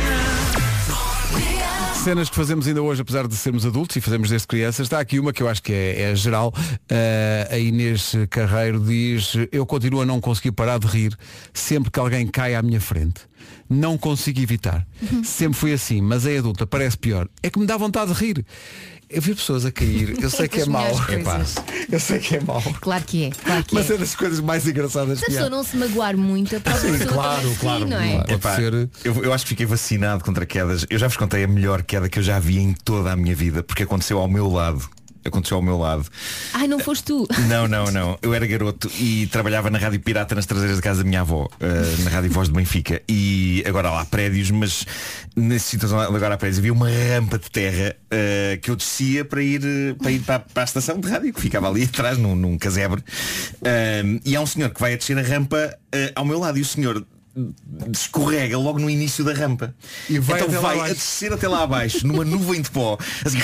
Cenas que fazemos ainda hoje, apesar de sermos adultos e fazemos desde crianças, está aqui uma que eu acho que é, é geral. Eh, a Inês Carreiro diz, eu continuo a não conseguir parar de rir sempre que alguém cai à minha frente. Não consigo evitar.
Uhum.
Sempre fui assim, mas é adulta, parece pior. É que me dá vontade de rir. Eu vi pessoas a cair, eu sei que é
das
mau.
melhores coisas.
Epá, Eu sei que é mau.
Claro que é, claro que
Mas
é.
é das coisas mais engraçadas
Se a
que
pessoa
há.
não se magoar muito, a própria pessoa também sim, não é?
claro.
Epá,
Pode ser-
eu, eu acho que fiquei vacinado contra quedas. Eu já vos contei a melhor queda que eu já vi em toda a minha vida, porque aconteceu ao meu lado. Aconteceu ao meu lado.
Ai, não foste tu.
Não, não, não. Eu era garoto e trabalhava na Rádio Pirata nas traseiras da casa da minha avó, eh, na Rádio Voz de Benfica. E agora há lá prédios, mas nessa situação de agora há prédios havia uma rampa de terra eh, que eu descia para ir, eh, para, ir para, a- para a estação de rádio, que ficava ali atrás, num, num casebre. Ahm, e há um senhor que vai a descer a rampa eh, ao meu lado e o senhor escorrega logo no início da rampa.
E vai até
então
lá
vai a
abaixo.
descer até lá abaixo, numa nuvem de pó. assim,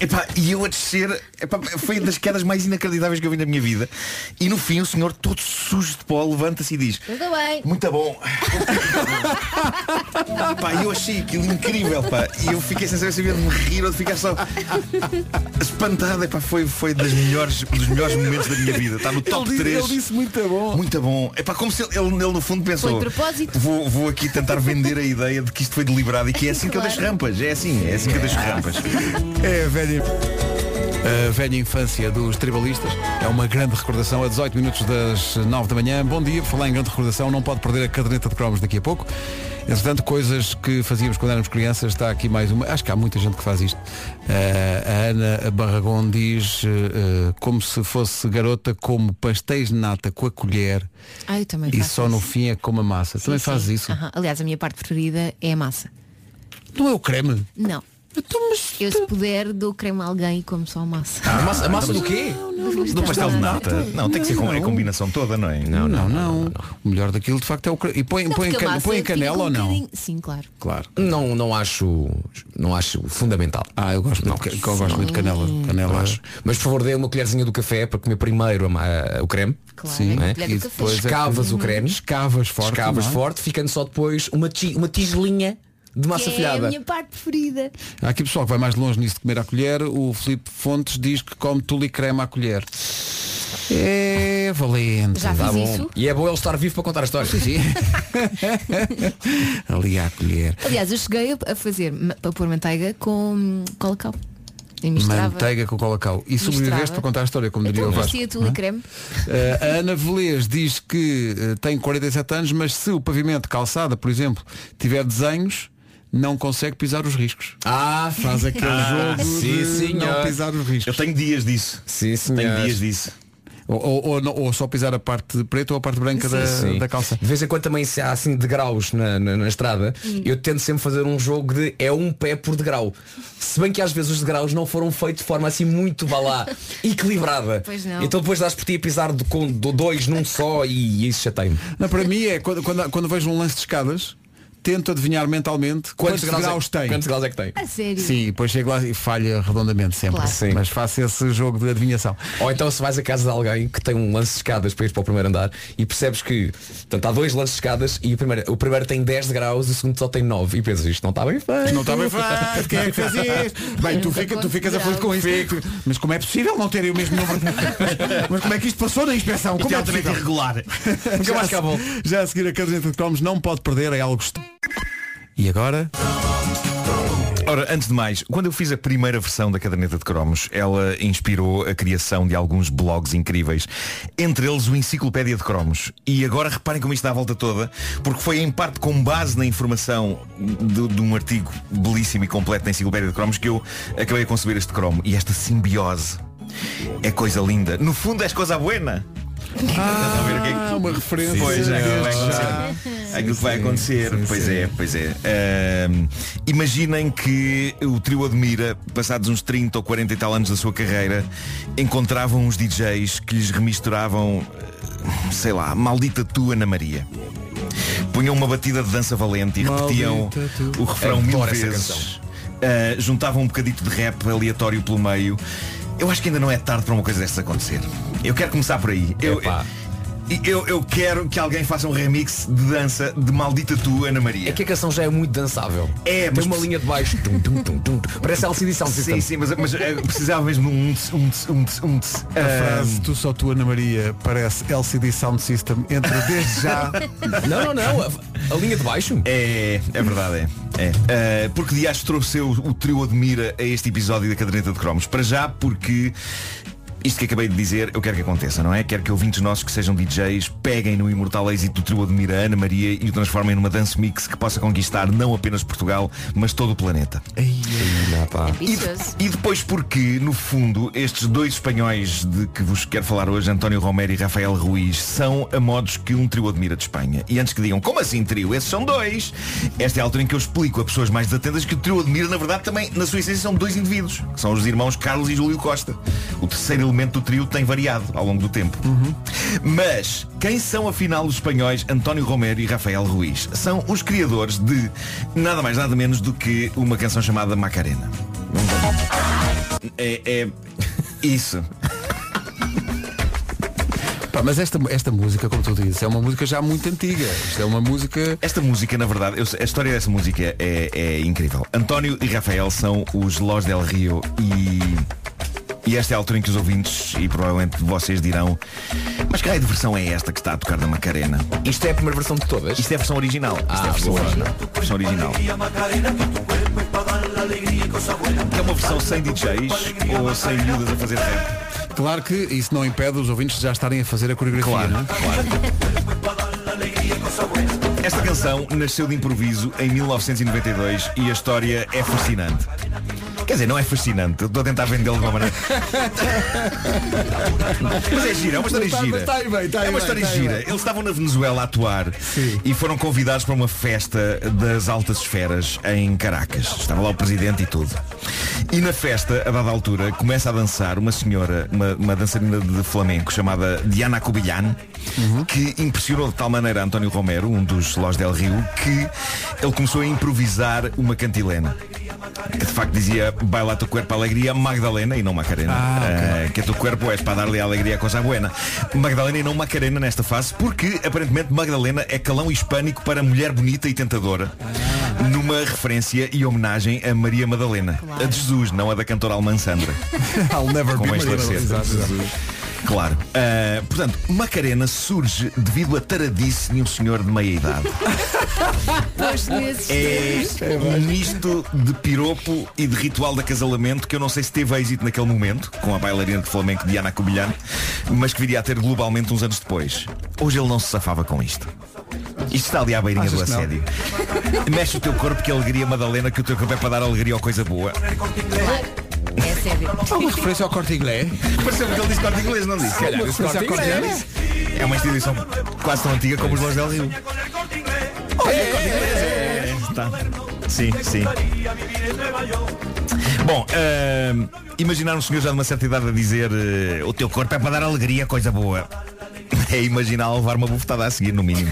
Epá, e eu a descer, epá, foi das quedas mais inacreditáveis que eu vi na minha vida. E no fim o senhor todo sujo de pó levanta-se e diz,
Tudo bem.
muito bom. pá, eu achei aquilo incrível, pá. E eu fiquei sem saber se havia de me rir ou de ficar só espantado. Epá, foi foi das melhores, dos melhores momentos da minha vida. Está no top
Ele disse-
3.
ele disse muito bom.
Muito bom. É para como se ele, ele, ele, no fundo pensou.
Foi de propósito.
Vou, vou aqui tentar vender a ideia de que isto foi deliberado e que é assim que eu
Claro.
deixo rampas. É assim, é assim que eu deixo rampas.
É a velha. A velha infância dos tribalistas é uma grande recordação a 18 minutos das 9 da manhã. Bom dia, por falar em grande recordação, não pode perder a caderneta de cromos daqui a pouco. Entretanto, coisas que fazíamos quando éramos crianças, está aqui mais uma. Acho que há muita gente que faz isto. Eh, a Ana Barragão diz, eh, eh, como se fosse garota, como pastéis de nata com a colher
Ai, eu também
e
faço
só no
isso.
fim é como a massa.
Sim,
Também
sim.
faz isso.
Aham. Aliás, a minha parte preferida é a massa.
Não é o creme.
Não.
Então,
Eu se puder dou creme a alguém e como só a massa.
Ah,
A massa, a massa do quê?
é
Do pastel de nata. Não, tem que ser com, é a combinação toda, não é?
Não, não, não, O melhor daquilo de facto é o creme. E põe,
Não,
põe,
porque a
can-
massa
põe
fica
canela
com
ou
um
não?
bocadinho- Sim, claro.
Claro.
Não, não acho, não acho fundamental.
Ah, eu gosto, muito, eu gosto muito de canela.
Não
Canela.
acho. Mas por favor dê uma colherzinha do café para comer primeiro a ma- a- o creme.
Claro,
Sim.
é?
É?
colher
E
do
depois
café. Uhum.
é-
Escavas o creme.
Escavas forte.
escavas
não é?
forte, ficando só depois uma, ti- uma tigelinha de massa
Que é a
folhada.
minha parte preferida.
Há aqui pessoal que vai mais longe nisso de comer à colher. O Filipe Fontes diz que come tule e creme à colher. É valente.
Já fiz Tá bom. isso.
E é bom ele estar vivo para contar a história.
Sim, sim. Ali a colher.
Aliás, eu cheguei a fazer ma- para pôr manteiga com hum, colacau. E misturava.
Manteiga com colacau. E sobreviveste
Misturava.
para contar a história, como diria
Então
o Vasco. é?
parecia tule e creme.
Eh, a Ana Velez diz que eh, tem 47 anos, mas se o pavimento de calçada, por exemplo, tiver desenhos, não consegue pisar os riscos.
Ah,
Faz aquele jogo de não pisar os riscos.
Eu tenho dias disso.
Sim,
Tenho
senhor.
dias disso.
Ou, ou- ou não- ou só pisar a parte preta ou a parte branca da,
Sim.
da calça.
De vez em quando também se há assim degraus na, na, na estrada,
Hum.
eu tento sempre fazer um jogo de é um pé por degrau. Se bem que às vezes os degraus não foram feitos de forma assim muito vá lá, equilibrada.
Pois não.
Então depois dás por ti a pisar de, com do dois num só e, isso já tem.
Não, para mim é quando, quando, quando vejo um lance de escadas, tento adivinhar mentalmente quantos, graus,
é,
tem.
Quantos graus é que tem?
A sério.
Sim, depois chego lá e falha redondamente sempre.
Claro.
Sim.
Mas faço esse jogo de adivinhação.
Ou então se vais a casa de alguém que tem um lance de escadas para ir para o primeiro andar e percebes que portanto, há dois lances de escadas e o primeiro, o primeiro tem 10 graus e o segundo só tem 9 e pensas isto não está bem feito.
Não está bem feito, quem é que fez isto? Bem, tu, fica, tu ficas aflito com isso. Mas como é possível não terem o mesmo número? Mas como é que isto passou na inspeção? Como
Isto é
é
altamente
possível?
irregular.
Nunca mais acabou.
Já a seguir a caderneta de cromos não pode perder, é algo est- E agora?
Ora, antes de mais, quando eu fiz a primeira versão da caderneta de cromos, ela inspirou a criação de alguns blogs incríveis, entre eles o Enciclopédia de Cromos. E agora reparem como isto dá a volta toda, porque foi em parte com base na informação de, de um artigo belíssimo e completo da Enciclopédia de Cromos que eu acabei a conceber este cromo. E esta simbiose é coisa linda. No fundo, és coisa buena. Estás a ver o que é que-
Ah, uma referência.
Pois é, aquilo que vai
desde já.
acontecer. Aquilo É que vai acontecer. Pois é, pois é. Ahm, imaginem que o trio Admira, passados uns 30 ou 40 e tal anos da sua carreira, encontravam uns DJs que lhes remisturavam, eh, sei lá, maldita tua Ana Maria. Punham uma batida de dança valente e repetiam
Maldita
o refrão mil
Adoro essa
vezes. Ah, juntavam um bocadito de rap aleatório pelo meio. Eu acho que ainda não é tarde para uma coisa destas acontecer. Eu quero começar por aí. Eu,
Epá.
e Eu, eu quero que alguém faça um remix de dança de Maldita Tu, Ana Maria.
É que a canção já é muito dançável.
É,
Tem
mas
uma
preci-
linha de baixo. Tum, tum, tum, tum. Parece LCD Sound System.
Sim, sim, mas, mas eh, precisava mesmo de um tss, um tss, um tss, um tss.
Tá
A
Ah,
frase Tu só tu Ana Maria parece LCD Sound System entra desde já.
Não, não, não. A, a linha de baixo.
É, é verdade, é. é. Ah, porque Dias trouxe o, o trio Admira a este episódio da Caderneta de Cromos? Para já porque isto que acabei de dizer, eu quero que aconteça, não é? Quero que ouvintes nossos que sejam DJs peguem no imortal êxito do trio Admira Ana Maria e o transformem numa dance mix que possa conquistar não apenas Portugal, mas todo o planeta. E, de-
Ambicioso.
e depois porque, no fundo, estes dois espanhóis de que vos quero falar hoje, António Romero e Rafael Ruiz, são a modos que um trio admira de Espanha. E antes que digam, como assim trio? Esses são dois. Esta é a altura em que eu explico a pessoas mais atentas que o trio admira, na verdade, também, na sua essência, são dois indivíduos. que São os irmãos Carlos e Júlio Costa. O terceiro elemento do trio tem variado ao longo do tempo. Mas, quem são afinal os espanhóis António Romero e Rafael Ruiz? São os criadores de nada mais nada menos do que uma canção chamada Macarena. É, é isso.
Pá, mas esta, esta música, como tu dizes, é uma música já muito antiga. Isto é uma música.
Esta música, na verdade, eu sei- a história dessa música é, é incrível. António e Rafael são os Los del Rio e. E esta é a altura em que os ouvintes e provavelmente vocês dirão Mas que raio de versão é esta que está a tocar da Macarena?
Isto é a primeira versão de todas.
Isto é a versão original. Isto é a versão original. Versão original. Que é uma versão sem DJs ou sem miúdas a fazer rap.
Claro que isso não impede os ouvintes de já estarem a fazer a coreografia.
Claro,
não é?
claro. Esta canção nasceu de improviso em 1992 e a história é fascinante. Quer dizer, não é fascinante, eu estou a tentar vendê-lo de uma maneira. mas é gira, é uma história
Mas tá-
gira.
mas tá aí bem, tá aí
é uma
bem,
história
tá aí
gira.
bem.
Eles estavam na Venezuela a atuar
Sim.
e foram convidados para uma festa das altas esferas em Caracas. Estava lá o presidente e tudo. E na festa, a dada altura, começa a dançar uma senhora, uma, uma dançarina de flamenco chamada Diana Cobillan,
Uhum.
que impressionou de tal maneira António Romero, um dos Los del Rio, que ele começou a improvisar uma cantilena. Que de facto dizia Baila tu cuerpo alegria Magdalena e não Macarena Ah, Que tu cuerpo és para dar-lhe a alegria a coisa buena Magdalena e não Macarena nesta fase Porque aparentemente Magdalena é calão hispânico Para mulher bonita e tentadora
Ah.
Numa referência e homenagem a Maria Madalena A de Jesus, não a da cantora alemã Sandra
I'll never be
Convém
Maria
esclarecer
Madalena. Exato, exato.
Claro. Ah, portanto, Macarena surge devido à taradice de um senhor de meia idade.
Posto nesses
É um misto de piropo e de ritual de acasalamento que eu não sei se teve êxito naquele momento, com a bailarina de flamenco Diana Cobilhano, mas que viria a ter globalmente uns anos depois. Hoje ele não se safava com isto. Isto está ali à beirinha
Achas
do
que não?
assédio. Mexe o teu corpo que alegria, Madalena, que o teu corpo é para dar alegria ou coisa boa.
É sério.
Há uma referência ao corte inglês?
Pareceu-me que ele disse corte inglês, não disse? Se calhar,
Referência ao corte inglês?
É uma instituição quase tão antiga como os Lons del Rio. Olha, é, tá. Sim, sim. Bom, ahm, imaginar um senhor já de uma certa idade a dizer eh, o teu corpo é para dar alegria, coisa boa. É imaginar levar uma bufetada a seguir, no mínimo.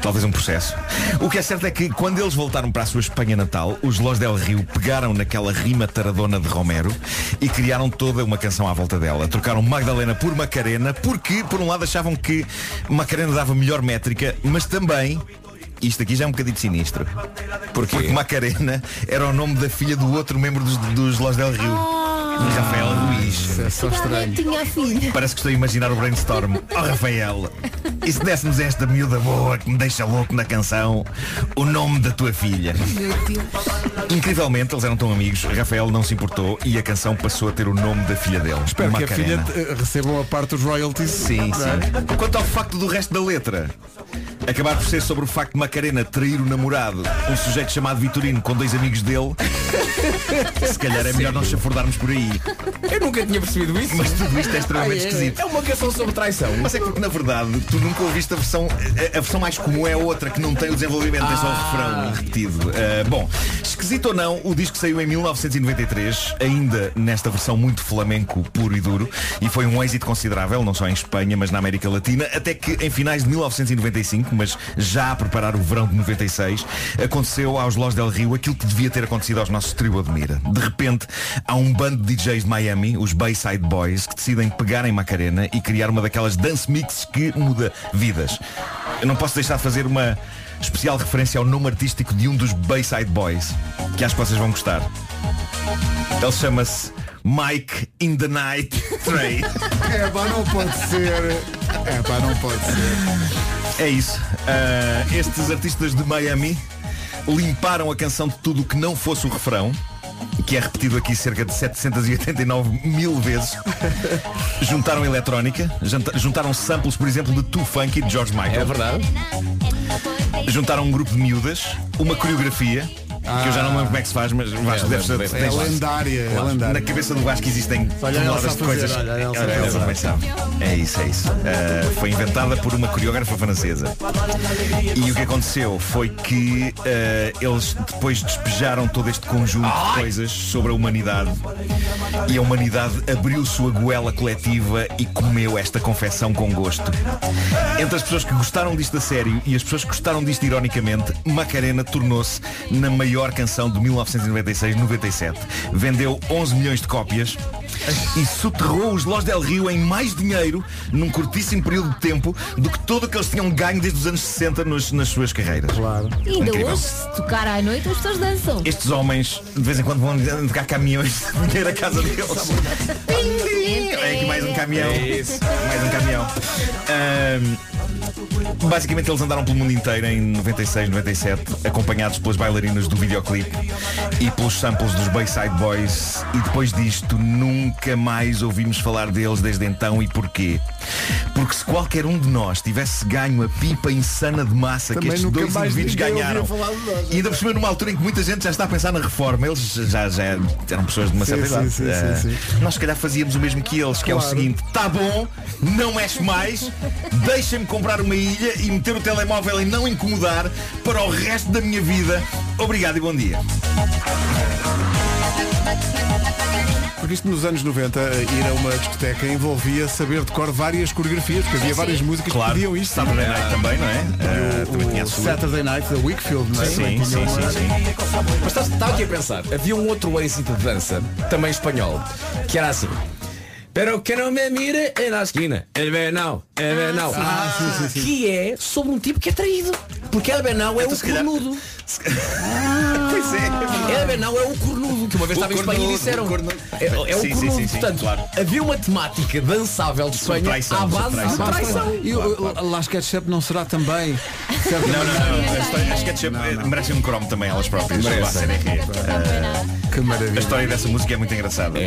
Talvez um processo. O que é certo é que quando eles voltaram para a sua Espanha natal, os Los del Rio pegaram naquela rima taradona de Romero e criaram toda uma canção à volta dela. Trocaram Magdalena por Macarena porque, por um lado, achavam que Macarena dava melhor métrica, mas também isto aqui já é um bocadinho sinistro. Porquê? Porque Macarena era o nome da filha do outro membro dos, dos Los Del Rio. Rafael Luís.
É só estranho.
Tinha a filha.
Parece que estou a imaginar o brainstorm. Oh Rafael, e se dessemos esta miúda boa que me deixa louco na canção, o nome da tua filha? Incrivelmente, eles eram tão amigos, Rafael não se importou e a canção passou a ter o nome da filha dele.
Espero que a filha
Macarena.
eh, receba uma parte dos royalties.
Sim, sim. Quanto ao facto do resto da letra, acabar por ser sobre o facto de Macarena trair o namorado, um sujeito chamado Vitorino, com dois amigos dele, se calhar é melhor não chafurdarmos por aí.
Eu nunca tinha percebido isso.
Mas tudo isto é extremamente
Ah, é.
esquisito.
É uma canção sobre traição.
Mas é porque na verdade tu nunca ouviste a versão a- A versão mais comum é a outra que não tem o desenvolvimento É só o refrão repetido Ah, Bom, esquisito ou não, o disco saiu em 1993 Ainda nesta versão muito flamenco puro e duro E foi um êxito considerável, não só em Espanha Mas na América Latina Até que em finais de 1995 Mas já a preparar o verão de 96 Aconteceu aos Los Del Rio Aquilo que devia ter acontecido aos nossos tribo de mira De repente há um bando de DJs de Miami Os Bayside Boys Que decidem pegar em Macarena E criar uma daquelas dance mixes que muda vidas Eu não posso deixar de fazer uma especial referência ao nome artístico De um dos Bayside Boys Que acho que vocês vão gostar Ele chama-se Mike in the Night Train
É pá, não pode ser. É pá, não pode ser.
É isso. Ah, estes artistas de Miami limparam a canção de tudo o que não fosse o refrão, que é repetido aqui cerca de 789 mil vezes. juntaram eletrónica, janta- juntaram samples, por exemplo, de Too Funky de George Michael.
É verdade.
Juntaram um grupo de miúdas, uma coreografia, que eu já não me lembro como é que se faz, mas Vasco
É,
deve ser.
deve-
tens
É
lá.
lendária, é
Na
lendária.
cabeça do Vasco existem
a Elsa
toneladas de
a fazer,
coisas.
olha, a Elsa
Olha,
a
Elsa também sabe. É isso, é isso. Ah, foi inventada por uma coreógrafa francesa. E o que aconteceu foi que ah, eles depois despejaram todo este conjunto de coisas sobre a humanidade. E a humanidade abriu sua goela coletiva e comeu esta confecção com gosto. Entre as pessoas que gostaram disto a sério e as pessoas que gostaram disto ironicamente, Macarena tornou-se na maior canção de 1996-97. Vendeu 11 milhões de cópias e soterrou os Los Del Rio em mais dinheiro num curtíssimo período de tempo do que todo o que eles tinham ganho desde os anos 60 nos- nas suas carreiras.
E ainda
Incrível.
hoje, se tocar à noite, as pessoas dançam.
Estes homens de vez em quando vão tocar caminhões de dinheiro à casa deles. Olha aqui mais um caminhão.
É
Mais um caminhão. Ahm, basicamente eles andaram pelo mundo inteiro em 96, 97, acompanhados pelas bailarinas do videoclipe e pelos samples dos Bayside Boys. E depois disto nunca mais ouvimos falar deles desde então. E porquê? Porque se qualquer um de nós tivesse ganho a pipa insana de massa
Também
que estes
nunca
dois
mais
indivíduos
ninguém ouvia
ganharam.
falar de nós.
E ainda por cima numa altura em que muita gente já está a pensar na reforma. Eles já, já eram pessoas de uma certa
sim,
idade.
sim,
Eh,
sim,
Nós se calhar fazíamos o mesmo que eles, que é o seguinte, tá bom, não mexe mais, deixa-me comprar uma ilha e meter o telemóvel e não incomodar para o resto da minha vida. Obrigado e bom dia.
Porque isto nos anos 90, ir a uma discoteca envolvia saber de cor várias coreografias, porque havia várias músicas que pediam isto.
Saturday Night também, não é? Eh, também tinha a
O
sua.
Saturday Night da Wakefield, não é?
Sim, sim, sim, sim.
Mas estás- estava aqui a pensar, havia um outro êxito de dança, também espanhol, que era assim. Peraí, Pero que não me mire é na esquina. El Bernal, el Bernal.
Ah, sim. Ah, sim, sim, sim.
Que é sobre um tipo que é traído. Porque El Bernal é um cornudo.
Pois é.
El Bernal é um cornudo, que uma vez
O
estava em Espanha e
cornudo,
disseram.
o cornudo.
É, é um
Sim, sim,
cornudo.
sim, sim,
Portanto,
claro.
havia uma temática dançável de Espanha
traição,
à base
sobre traição.
de traição.
E o- o- Las Ketchup não será também.
Não, não, não, não. As ketchup eh, merecem um cromo também elas próprias.
Merecem.
Lá, serem que, eh,
Que
A
maravilha.
história dessa música é muito engraçada.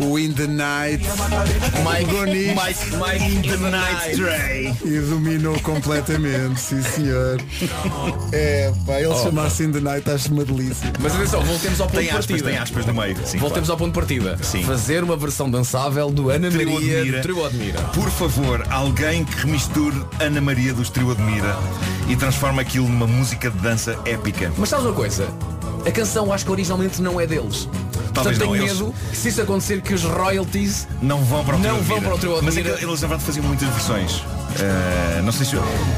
O In the Night
Mike, Mike, Mike in the Night Dre.
e dominou completamente, sim senhor. É, pá, ele
Oh.
chamar-se In the Night acho uma delícia.
Mas atenção, voltemos ao ponto
Tem
de
aspas,
partida.
tem aspas no meio. Sim,
Voltemos ao ponto de partida.
Sim.
Fazer uma versão dançável do Ana
Trio
Maria
Admira.
do Trio Admira.
Por favor, alguém que remisture Ana Maria dos Trio Admira e transforma aquilo numa música de dança épica.
Mas sabes uma coisa? A canção acho que originalmente não é deles. Portanto,
Talvez
tenho
não, eles-
medo, se isso acontecer, que os royalties
Não vão para o Trio
Não vão
Admira.
para o Trio
Mas é
Admira.
que eles na verdade faziam muitas versões. Ah, não sei se,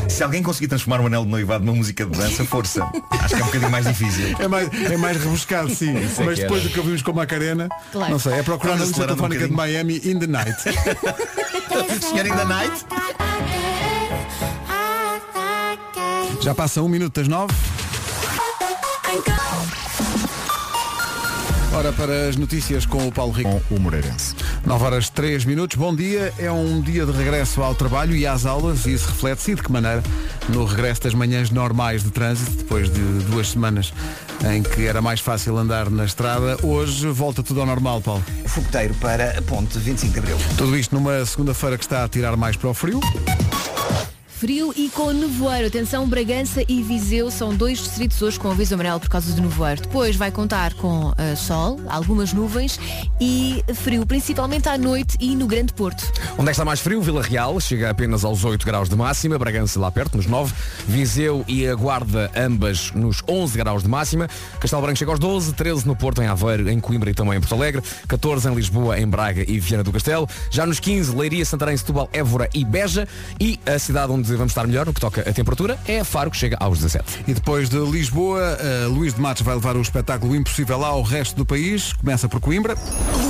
se alguém conseguir transformar o anel de noivado numa música de dança, força. Acho que é um bocadinho mais difícil.
É mais, é mais rebuscado, sim.
é
Mas
que
depois do
era.
que ouvimos com a Macarena,
Claro.
não sei, é procurar na
Vamos
lista
acelerar um
telefónica de Miami in the night.
Senhora in the Night.
Já passa um minuto das nove. Ora, para as notícias com o Paulo Rico.
Com o Moreirense.
9 horas 3 minutos. Bom dia. É um dia de regresso ao trabalho e às aulas e isso reflete-se e de que maneira no regresso das manhãs normais de trânsito, depois de duas semanas em que era mais fácil andar na estrada, hoje volta tudo ao normal, Paulo.
Fogoteiro para a ponte 25 de Abril.
Tudo isto numa segunda-feira que está a tirar mais para o frio.
Frio e com nevoeiro. Atenção, Bragança e Viseu são dois distritos hoje com aviso amarelo por causa do nevoeiro. Depois vai contar com ah, sol, algumas nuvens e frio, principalmente à noite e no Grande Porto.
Onde é que está mais frio? Vila Real chega apenas aos 8 graus de máxima, Bragança lá perto, nos 9, Viseu e a Guarda ambas nos 11 graus de máxima, Castelo Branco chega aos 12, 13 no Porto, em Aveiro, em Coimbra e também em Porto Alegre, 14 em Lisboa, em Braga e Viana do Castelo, já nos 15, Leiria, Santarém, Setúbal, Évora e Beja e a cidade onde vamos estar melhor no que toca a temperatura é Faro, que chega aos 17.
E depois de Lisboa, eh, Luís de Matos vai levar o espetáculo Impossível ao resto do país. Começa por Coimbra.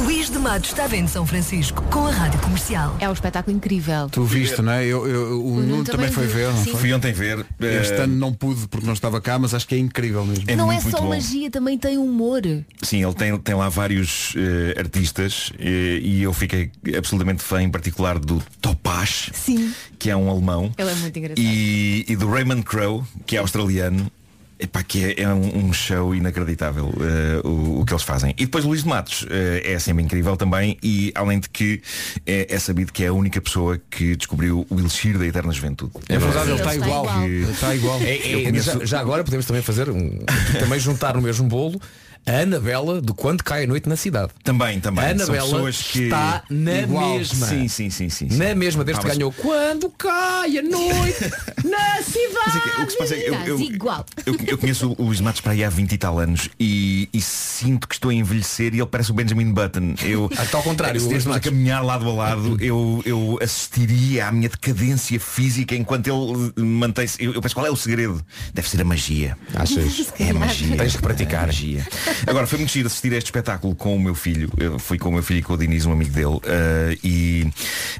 Luís de Matos está vendo São Francisco com a Rádio Comercial.
É um espetáculo incrível.
Tu viste, não é? Eu, eu- o, Nuno também, foi
viu.
ver, não
Uhum, Sim.
foi?
Fui ontem ver. eh,
Este ano não pude porque não estava cá, mas acho que é incrível mesmo.
é
não é
muito, muito
só
bom.
magia, também tem humor.
Sim, ele tem, tem lá vários eh, artistas eh, e eu fiquei absolutamente fã em particular do Topaz,
Sim.
que é um alemão.
Ele é muito engraçado.
E, e do Raymond Crow, que é australiano. Epá, que é, é um, um show inacreditável eh, o, o que eles fazem. E depois Luís de Matos eh, é sempre incrível também e além de que é, é sabido que é a única pessoa que descobriu o elixir da eterna juventude.
É verdade, ele está
Ele está
igual.
igual.
Ele Está igual.
É, é, já, já agora podemos também fazer um, também juntar no mesmo bolo a Anabela de quando cai a noite na cidade.
Também, também.
A
São
Anabela
pessoas que
está na
Igual.
mesma.
Sim, sim, sim, sim. sim.
Na mesma, desde
Ah,
que
mas-
ganhou Quando cai a noite na
Mas é
cidade
que o que se passa é que eu, eu,
Estás igual.
eu- eu conheço o Luís Matos para aí há 20 e tal anos e, e sinto que estou a envelhecer e ele parece o Benjamin Button. Eu,
Até Ah, então, ao contrário,
se
o Luís
estivéssemos a
Matos.
caminhar lado a lado, eu, eu assistiria à minha decadência física enquanto ele mantém-se. Eu, eu penso qual é o segredo? Deve ser a magia.
Achas?
É magia.
Tens que praticar.
É magia. Agora, foi muito giro assistir a este espetáculo com o meu filho. Eu fui com o meu filho e com o Diniz, um amigo dele. eh, e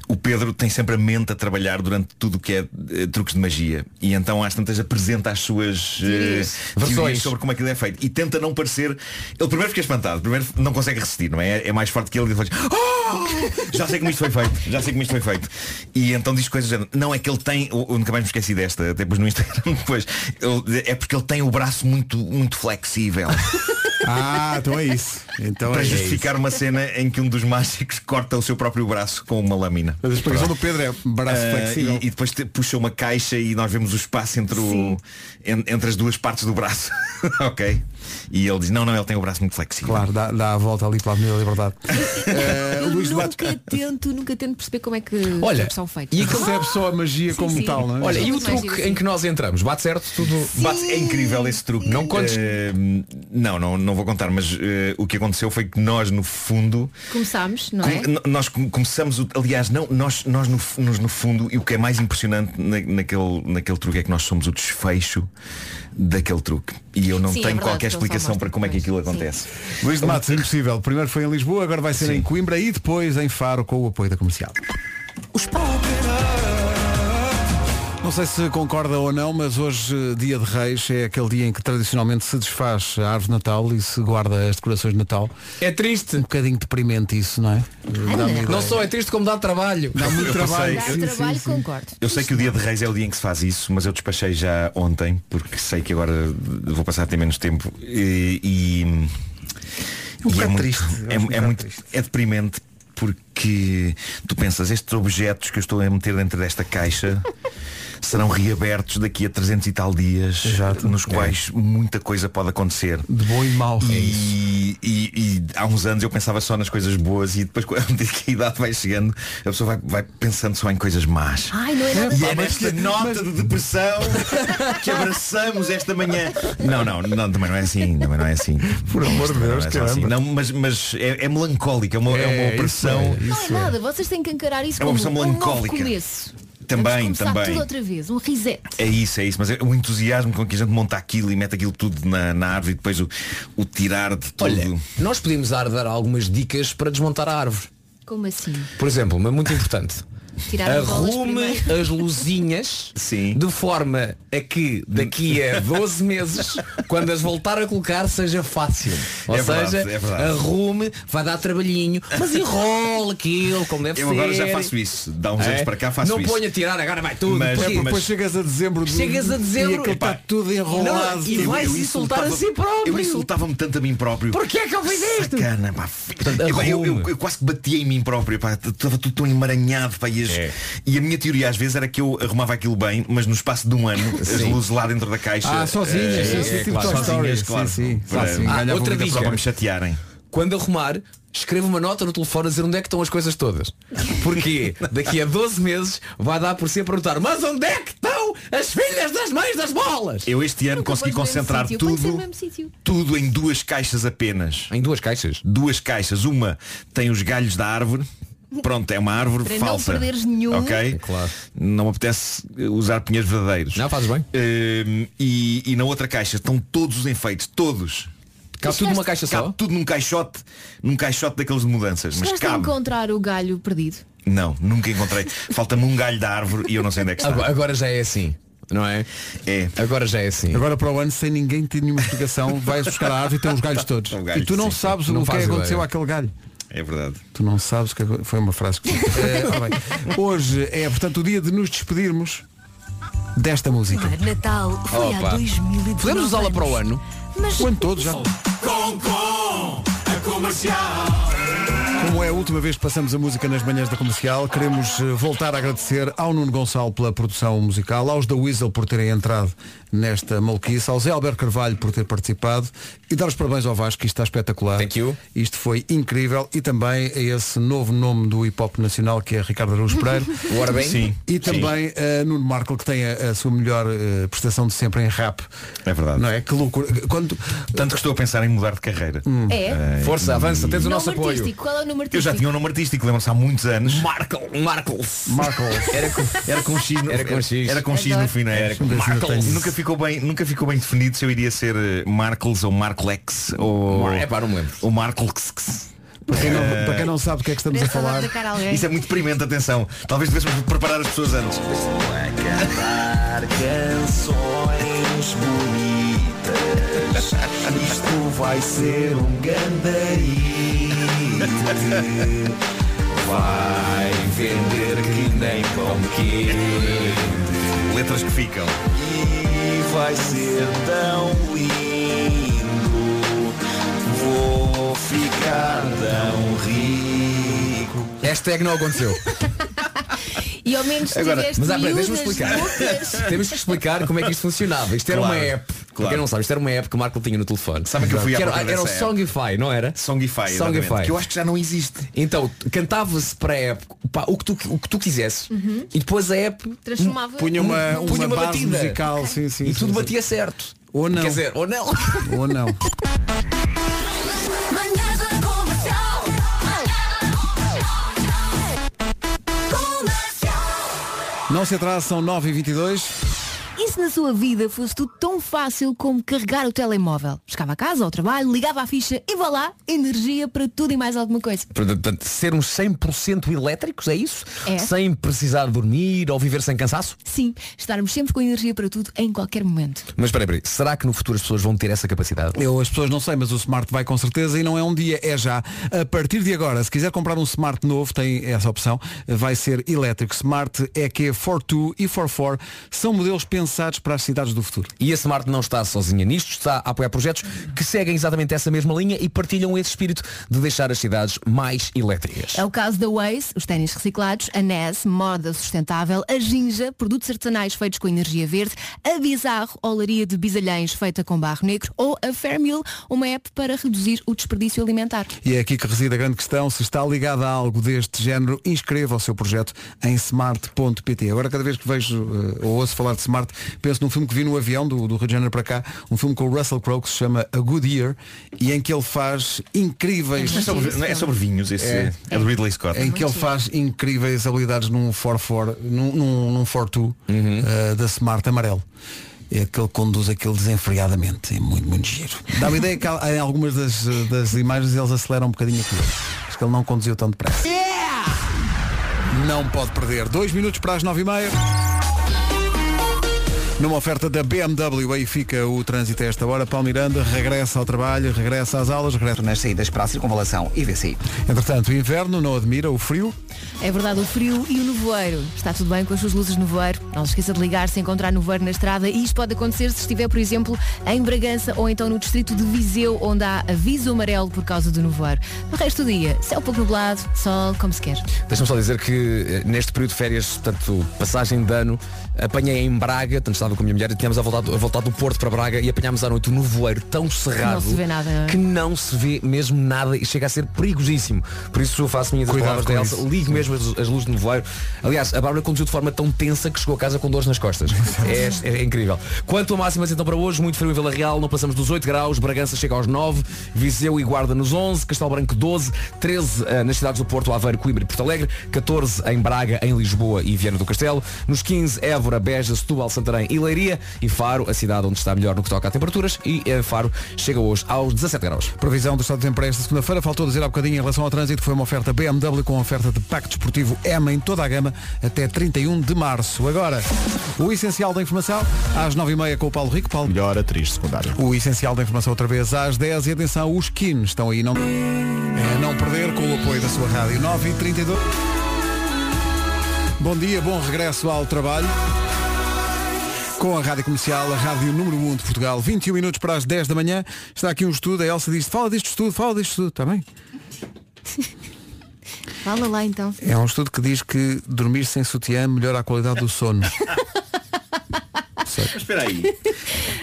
o Pedro tem sempre a mente a trabalhar durante tudo o que é eh, truques de magia. E então, às tantas, apresenta as suas eh,
Versões.
teorias sobre como aquilo é feito. E tenta não parecer. Ele primeiro fica espantado, primeiro não consegue resistir, não é? É mais forte que ele e depois. "Oh! Já sei como isto foi feito, já sei como isto foi feito. E então diz coisas do género. Não é que ele tem, eu, eu nunca mais me esqueci desta, até depois no Instagram depois. Ele- é porque ele tem o braço muito, muito flexível.
Ah, então é isso. Então
para
é isso.
justificar uma cena em que um dos mágicos corta o seu próprio braço com uma lâmina.
Mas a explicação do Pedro é braço
Ah,
flexível.
e, e depois te- puxa uma caixa e nós vemos o espaço entre, o, en- entre as duas partes do braço. ok? E ele diz, não, não, ele tem o braço muito flexível.
Claro, dá, dá a volta ali para a Avenida Liberdade. Eh,
Eu
o Luís de Matos
nunca tento, nunca tento perceber como é que
Olha,
são feitos.
e aquele-
recebe só a magia
Sim,
como
sim.
tal, não é?
Olha, e o
Muito mais
truque
difícil.
em que nós entramos? Bate certo? Tudo.
Bate- é incrível esse truque.
Não contes-
Eh, não, não, não não vou contar, mas eh, o que aconteceu foi que nós, no fundo,
Começámos, não é?
Com- n- Nós com- começamos, o- aliás, não, nós, nós no, f- nos no fundo, e o que é mais impressionante na- naquele, naquele truque é que nós somos o desfecho daquele truque. E eu não
Sim, é
tenho
verdade,
qualquer
eles só
explicação
mostram
para como é que aquilo acontece.
Luís de Matos, impossível. Primeiro foi em Lisboa, agora vai ser em Coimbra e depois em Faro com o apoio da comercial. Não sei se concorda ou não, mas hoje, eh, dia de Reis, é aquele dia em que tradicionalmente se desfaz a árvore de Natal e se guarda as decorações de Natal.
É triste.
Um bocadinho deprimente isso, não é? Dá-me
Não
ideia.
só é triste como dá trabalho.
Dá muito
Eu
trabalho.
passei-
Sim,
eu-
sim,
Trabalho,
sim.
concordo.
Eu sei que o dia de reis é o dia em que se faz isso, mas eu despachei já ontem, porque sei que agora vou passar a ter menos tempo. E, e- é
Um É bocado
muito,
triste, eu acho um
É, é,
bocado
muito, é deprimente porque tu pensas, estes objetos que eu estou a meter dentro desta caixa serão reabertos daqui a 300 e tal dias, nos quais muita coisa pode acontecer.
É. De bom e mau. é
E, e- e há uns anos eu pensava só nas coisas boas e depois quando a idade vai chegando, a pessoa vai, vai pensando só em coisas más.
Ai, não é nada.
E é nesta nota de depressão que abraçamos esta manhã. Não, não, não, também não é assim, também não é assim. Por amor de Deus, não é só assim. Não, mas, mas é, é melancólico, é uma, é, uma opressão.
Não é nada, vocês têm que encarar isso
É uma
como
versão
um novo
melancólica.
começo.
Também,
Vamos começar
também.
tudo outra vez, um reset.
É isso, é isso, mas é o entusiasmo com que a gente monta aquilo e mete aquilo tudo na, na árvore e depois o, o tirar de tudo.
Olha, nós podíamos dar, dar algumas dicas para desmontar a árvore.
Como assim?
Por exemplo, uma muito importante.
Tirar as bolas
Arrume
primeiro.
as luzinhas de forma a que daqui a 12 meses, quando as voltar a colocar, seja fácil. Ou
É verdade,
seja,
é verdade.
arrume, vai dar trabalhinho, mas enrola aquilo como deve
Eu
ser.
agora já faço isso. Dá uns
É?
anos para cá faço
Não
isso.
ponho a tirar, agora vai tudo.
Mas-
Põe-
mas-
põe-
chegas a dezembro
Chegas a dezembro,
está
epá,
tá tudo enrolado. tipo,
não, e vais
eu
insultar a
insultava-
si próprio.
Eu insultava-me tanto a mim próprio.
Porquê é que eu fiz isto?
Sacana, pá. Eu, eu- eu- eu quase que batia em mim próprio, pá. Estava tudo tão emaranhado, pá. E, as- e a minha teoria às vezes era que eu arrumava aquilo bem, mas no espaço de um ano, as
Sim.
luzes lá dentro da caixa.
Ah, sozinhas,
eh,
sim, sim, tipo Toy
sozinhas,
Story.
claro.
Sim, sim.
Para,
Sozinho.
ganhava
Ah, outra
muita
dica.
prova para me chatearem.
quando arrumar, escreva uma nota no telefone a dizer onde é que estão as coisas todas. Porque daqui a 12 meses vai dar por si a perguntar, mas onde é que estão as filhas das mães das bolas?
Eu este ano consegui concentrar tudo tudo em duas caixas apenas.
Em duas caixas?
Duas caixas. Uma tem os galhos da árvore. Pronto, é uma árvore
Para não
falsa.
perderes nenhum.
Ok?
É
Não me apetece eh, usar pinheiros verdadeiros. Não,
fazes bem.
e, e na outra caixa estão todos os enfeites, todos.
Cabe
é
tudo numa caixa só?
Cabe tudo num caixote, num caixote daqueles de mudanças. Mas
Chegaste a
cabe.
encontrar o galho perdido.
Não, nunca encontrei. Falta-me um galho da árvore e eu não sei onde é que está.
Agora, agora já é assim, não é?
É.
Agora já é assim.
Agora para o ano, sem ninguém ter nenhuma explicação, vais buscar a árvore e tem os galhos todos.
São galhos,
e tu não
sim,
sabes
sim. Não
o que é que
fazes
aconteceu
ideia.
àquele galho.
É verdade.
Tu não sabes o que é que- foi uma frase que Eh, ora bem. Hoje é, portanto, o dia de nos despedirmos desta música.
Natal foi há
Opa.
2019.
Podemos usá-la para o ano?
Mas...
O ano todo já. Como é a última vez que passamos a música nas manhãs da comercial, queremos eh, voltar a agradecer ao Nuno Gonçalo pela produção musical, aos da Weasel por terem entrado nesta maluquice, ao Zé Alberto Carvalho por ter participado e dar os parabéns ao Vasco, que isto está espetacular. Thank you. Isto foi incrível e também a esse novo nome do hip hop nacional que é Ricardo Araújo Pereira.
O Ora Bem. Sim,
E
sim.
também a Nuno Marco que tem a, a sua melhor eh, prestação de sempre em rap.
É verdade.
Não é? Que loucura. Quando...
Tanto que estou a pensar em mudar de carreira. Eh,
É?
Força, avança, tens o
Nome
nosso apoio.
artístico, qual é o número artístico?
Eu já tinha um nome artístico, lembram-se há muitos anos.
Markle, Markles.
Markles.
Era com,
era com X no,
Era com X.
Era com X
Adoro.
no fim, não é? Era com
Markles.
Nunca ficou, bem, nunca ficou bem definido se eu iria ser eh, Markles ou Marklex ou.
É pá, não me lembro.
Ou Marklex.
Para quem, não, para quem não sabe do que é que estamos a falar.
Isso é muito deprimente, atenção. Talvez devêssemos preparar as pessoas antes.
cantar canções bonitas. Isto vai ser um gandarite. Vai vender que nem pão quente.
Letras que ficam.
E vai ser tão lindo. Vou ficar tão rico.
Hashtag é não aconteceu.
E ao menos tiveste
mas ah, pera,
miúdas
deixa-me explicar.
bocas.
Temos que explicar como é que isto funcionava. Isto era
Claro,
uma app. Para Quem não sabe, isto era uma app que o Marco tinha no telefone.
Sabe que eu fui à
era,
procura
era o
dessa app.
Songify, não era?
Songify, exatamente.
Songify.
Que eu acho que já não existe.
Então, cantava-se para a app pá, o, que tu, o que tu quisesses e depois a app
Uhum. Transformava.
Punha uma, uma,
punha uma
base
batida.
musical, sim, sim,
e
sim,
tudo
sim.
batia certo.
Ou não.
Quer dizer, ou não.
Ou não. Não se atrase, são 9h22.
E se na sua vida fosse tudo tão fácil como carregar o telemóvel? Chegava a casa, ao trabalho, ligava a ficha e vá lá, energia para tudo e mais alguma coisa.
Portanto, ser um uns 100% elétricos, é isso?
É.
Sem precisar dormir ou viver sem cansaço?
Sim, estarmos sempre com energia para tudo em qualquer momento.
Mas espera, aí, espera aí, será que no futuro as pessoas vão ter essa capacidade?
Eu, as pessoas não sei, mas o Smart vai com certeza e não é um dia, é já. A partir de agora, se quiser comprar um Smart novo, tem essa opção, vai ser elétrico. Smart EQ42 e 44 são modelos pensados para as cidades do futuro.
E a Smart não está sozinha nisto, está a apoiar projetos que seguem exatamente essa mesma linha e partilham esse espírito de deixar as cidades mais elétricas.
É o caso da Waze, os ténis reciclados, a NES, moda sustentável, a Ginja, produtos artesanais feitos com energia verde, a Bizarro, olaria de bisalhães feita com barro negro ou a Fairmeal, uma app para reduzir o desperdício alimentar.
E é aqui que reside a grande questão, se está ligado a algo deste género, inscreva o seu projeto em smart.pt. Agora cada vez que vejo eh, ou ouço falar de smart, penso num filme que vi no avião do, do Rio de Janeiro para cá, um filme com o Russell Crowe que se chama A Good Year e em que ele faz incríveis.
É sobre- não é sobre vinhos, esse- é do Ridley Scott.
Em que ele faz incríveis habilidades num 4-4, num, num, num 4-2 eh, da Smart amarelo. É que ele conduz aquilo desenfreadamente. É muito, muito giro. Dá-me ideia que há- em algumas das, eh, das imagens eles aceleram um bocadinho aquilo. Acho que ele não conduziu tão depressa. Não pode perder. Dois minutos para as nove e meia. Numa oferta da BMW, aí fica o trânsito a esta hora. Paulo Miranda regressa ao trabalho, regressa às aulas, regressa
nas saídas para a circunvalação e VCI.
Entretanto, o inverno não admira o frio.
É verdade, o frio e o nevoeiro. Está tudo bem com as suas luzes de nevoeiro? Não se esqueça de ligar se encontrar nevoeiro na estrada e isto pode acontecer se estiver, por exemplo, em Bragança ou então no distrito de Viseu, onde há aviso amarelo por causa do nevoeiro. No resto do dia, céu pouco nublado, sol, como se quer.
Deixa-me só dizer que eh, neste período de férias, portanto, passagem de ano, apanhei em Braga, portanto estava com a minha mulher e tínhamos a voltar, a voltar do Porto para Braga e apanhámos à noite um nevoeiro tão cerrado
Não se vê nada.
que não se vê mesmo nada e chega a ser perigosíssimo. Por isso eu faço minhas as
Cuidado
palavras da
com
Elsa,
isso.
ligo mesmo as, as luzes do nevoeiro. Aliás, a Bárbara conduziu de forma tão tensa que chegou a casa com dores nas costas. é, é incrível. Quanto a máximas então para hoje, muito frio em Vila Real, não passamos dos 8 graus, Bragança chega aos 9, Viseu e Guarda nos 11, Castelo Branco 12, 13 eh, nas cidades do Porto, Aveiro, Coimbra e Porto Alegre, 14 em Braga, em Lisboa e Viana do Castelo, nos 15 Évora, Beja, Setúbal, Santarém e Leiria e Faro, a cidade onde está melhor no que toca a temperaturas e eh, Faro chega hoje aos 17 graus.
Previsão do estado de tempo para esta segunda-feira. Faltou dizer há bocadinho em relação ao trânsito. Foi uma oferta BMW com oferta de Pacto Desportivo M em toda a gama até 31 de março. Agora, o essencial da informação às 9h30 com o Paulo Rico. Paulo.
Melhor atriz secundária.
O essencial da informação outra vez às 10 e atenção, os Kin estão aí. Não, é não perder com o apoio da sua rádio 9 e 32. Bom dia, bom regresso ao trabalho. Com a Rádio Comercial, a Rádio Número 1 de Portugal, 21 minutos para as 10 da manhã, está aqui um estudo, a Elsa disse, fala deste estudo, fala deste estudo, está bem?
Fala lá então.
É um estudo que diz que dormir sem sutiã melhora a qualidade do sono. Mas
espera aí.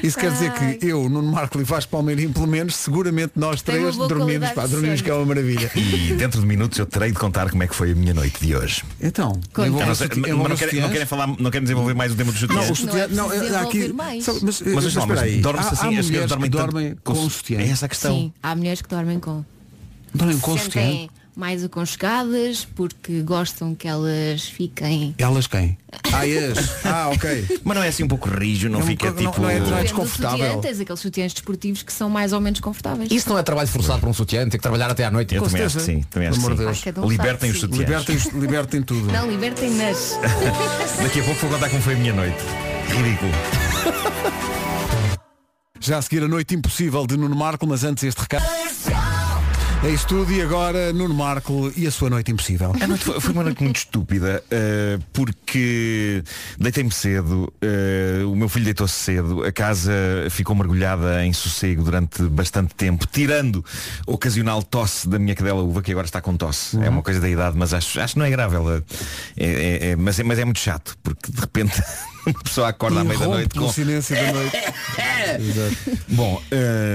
Isso quer dizer que eu, Nuno Marco e Vasco Palmeirinho, pelo menos, seguramente nós
Tem uma
três
boa
dormimos,
qualidade
pá,
de
dormimos
sono.
que é uma maravilha.
E dentro de minutos eu terei de contar como é que foi a minha noite de hoje.
Então,
Eu não,
envolve
sei-
sutiã-
mas não
envolve
querem,
sutiãs?
não querem falar, não querem desenvolver mais o tema dos sutiãs.
Não, o sutiã, não, é- há aqui, sabe, mas, eh,
Mas,
mas,
não,
espera aí,
dorme-se
há,
assim,
há
as pessoas
mulheres
dormem
que
tanto
dormem com, um sutiã.
É essa a
Então.
questão.
Sim, há mulheres que dormem com.
Dormem com um sutiã.
Sentem mais aconchegadas porque gostam que elas fiquem.
Elas quem? Ah, yes. Ah, ok.
Mas não é assim um pouco rijo, não,
É um
fica
bocado- não-
tipo.
não é
Depende do sutiã, tens aqueles sutiãs desportivos que são mais ou menos confortáveis.
Isso não é trabalho forçado para um sutiã, tem que trabalhar até à noite.
Eu
Com
também acho
certeza.
que sim, também acho
Pelo
que
amor de
sim.
Ai, cada um
Libertem
sabe,
os sutiãs.
Libertem, os- libertem tudo.
Não, libertem-nas.
Daqui a pouco vou contar como foi a minha noite. Ridículo.
Já a seguir a noite impossível de Nuno Marco, mas antes este recado. É isso tudo e agora Nuno Marco e a sua noite impossível.
A noite foi, foi uma noite muito estúpida eh, porque deitei-me cedo, eh, o meu filho deitou-se cedo, a casa ficou mergulhada em sossego durante bastante tempo, tirando a ocasional tosse da minha cadela uva, que agora está com tosse. É uma coisa da idade, mas acho, acho que não é grave. Ela, é- é- é- mas, é, mas é muito chato, porque de repente uma pessoa acorda à meia da
Irrompe
noite
no
com,
silêncio da noite. Exato.
Bom,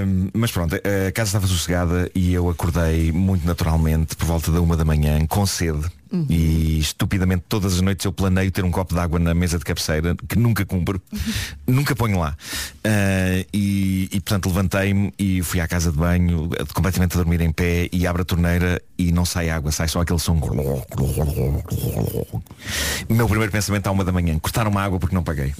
hum, mas pronto, a casa estava sossegada e eu acordei muito naturalmente por volta da uma da manhã, com sede. E estupidamente todas as noites eu planeio ter um copo de água na mesa de cabeceira que nunca cumpro, nunca ponho lá. Ah, e, e, portanto levantei-me e fui à casa de banho, eh, completamente a dormir em pé, e abro a torneira e não sai água, sai só aquele som. Meu primeiro pensamento à uma da manhã, cortaram-me a água porque não paguei.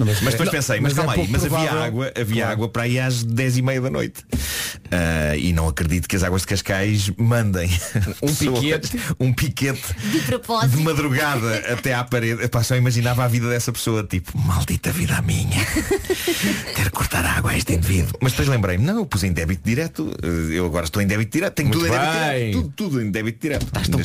mas, depois pensei,
mas
mas,
é
calma aí,
pouco
mas
provável.
havia água, havia água para aí às 10 e meia da noite. Ah, e não acredito que as águas de Cascais mandem um piquete, um piquete
De propósito.
de madrugada até à parede. Epá, só imaginava a vida dessa pessoa, tipo, maldita vida a minha. Ter que cortar a água a este indivíduo. Mas depois lembrei-me, não, eu pus em débito direto, eh, eu agora estou em débito direto, tenho
Muito
tudo em débito
bem.
direto. Tudo, tudo em débito direto. Estás
tão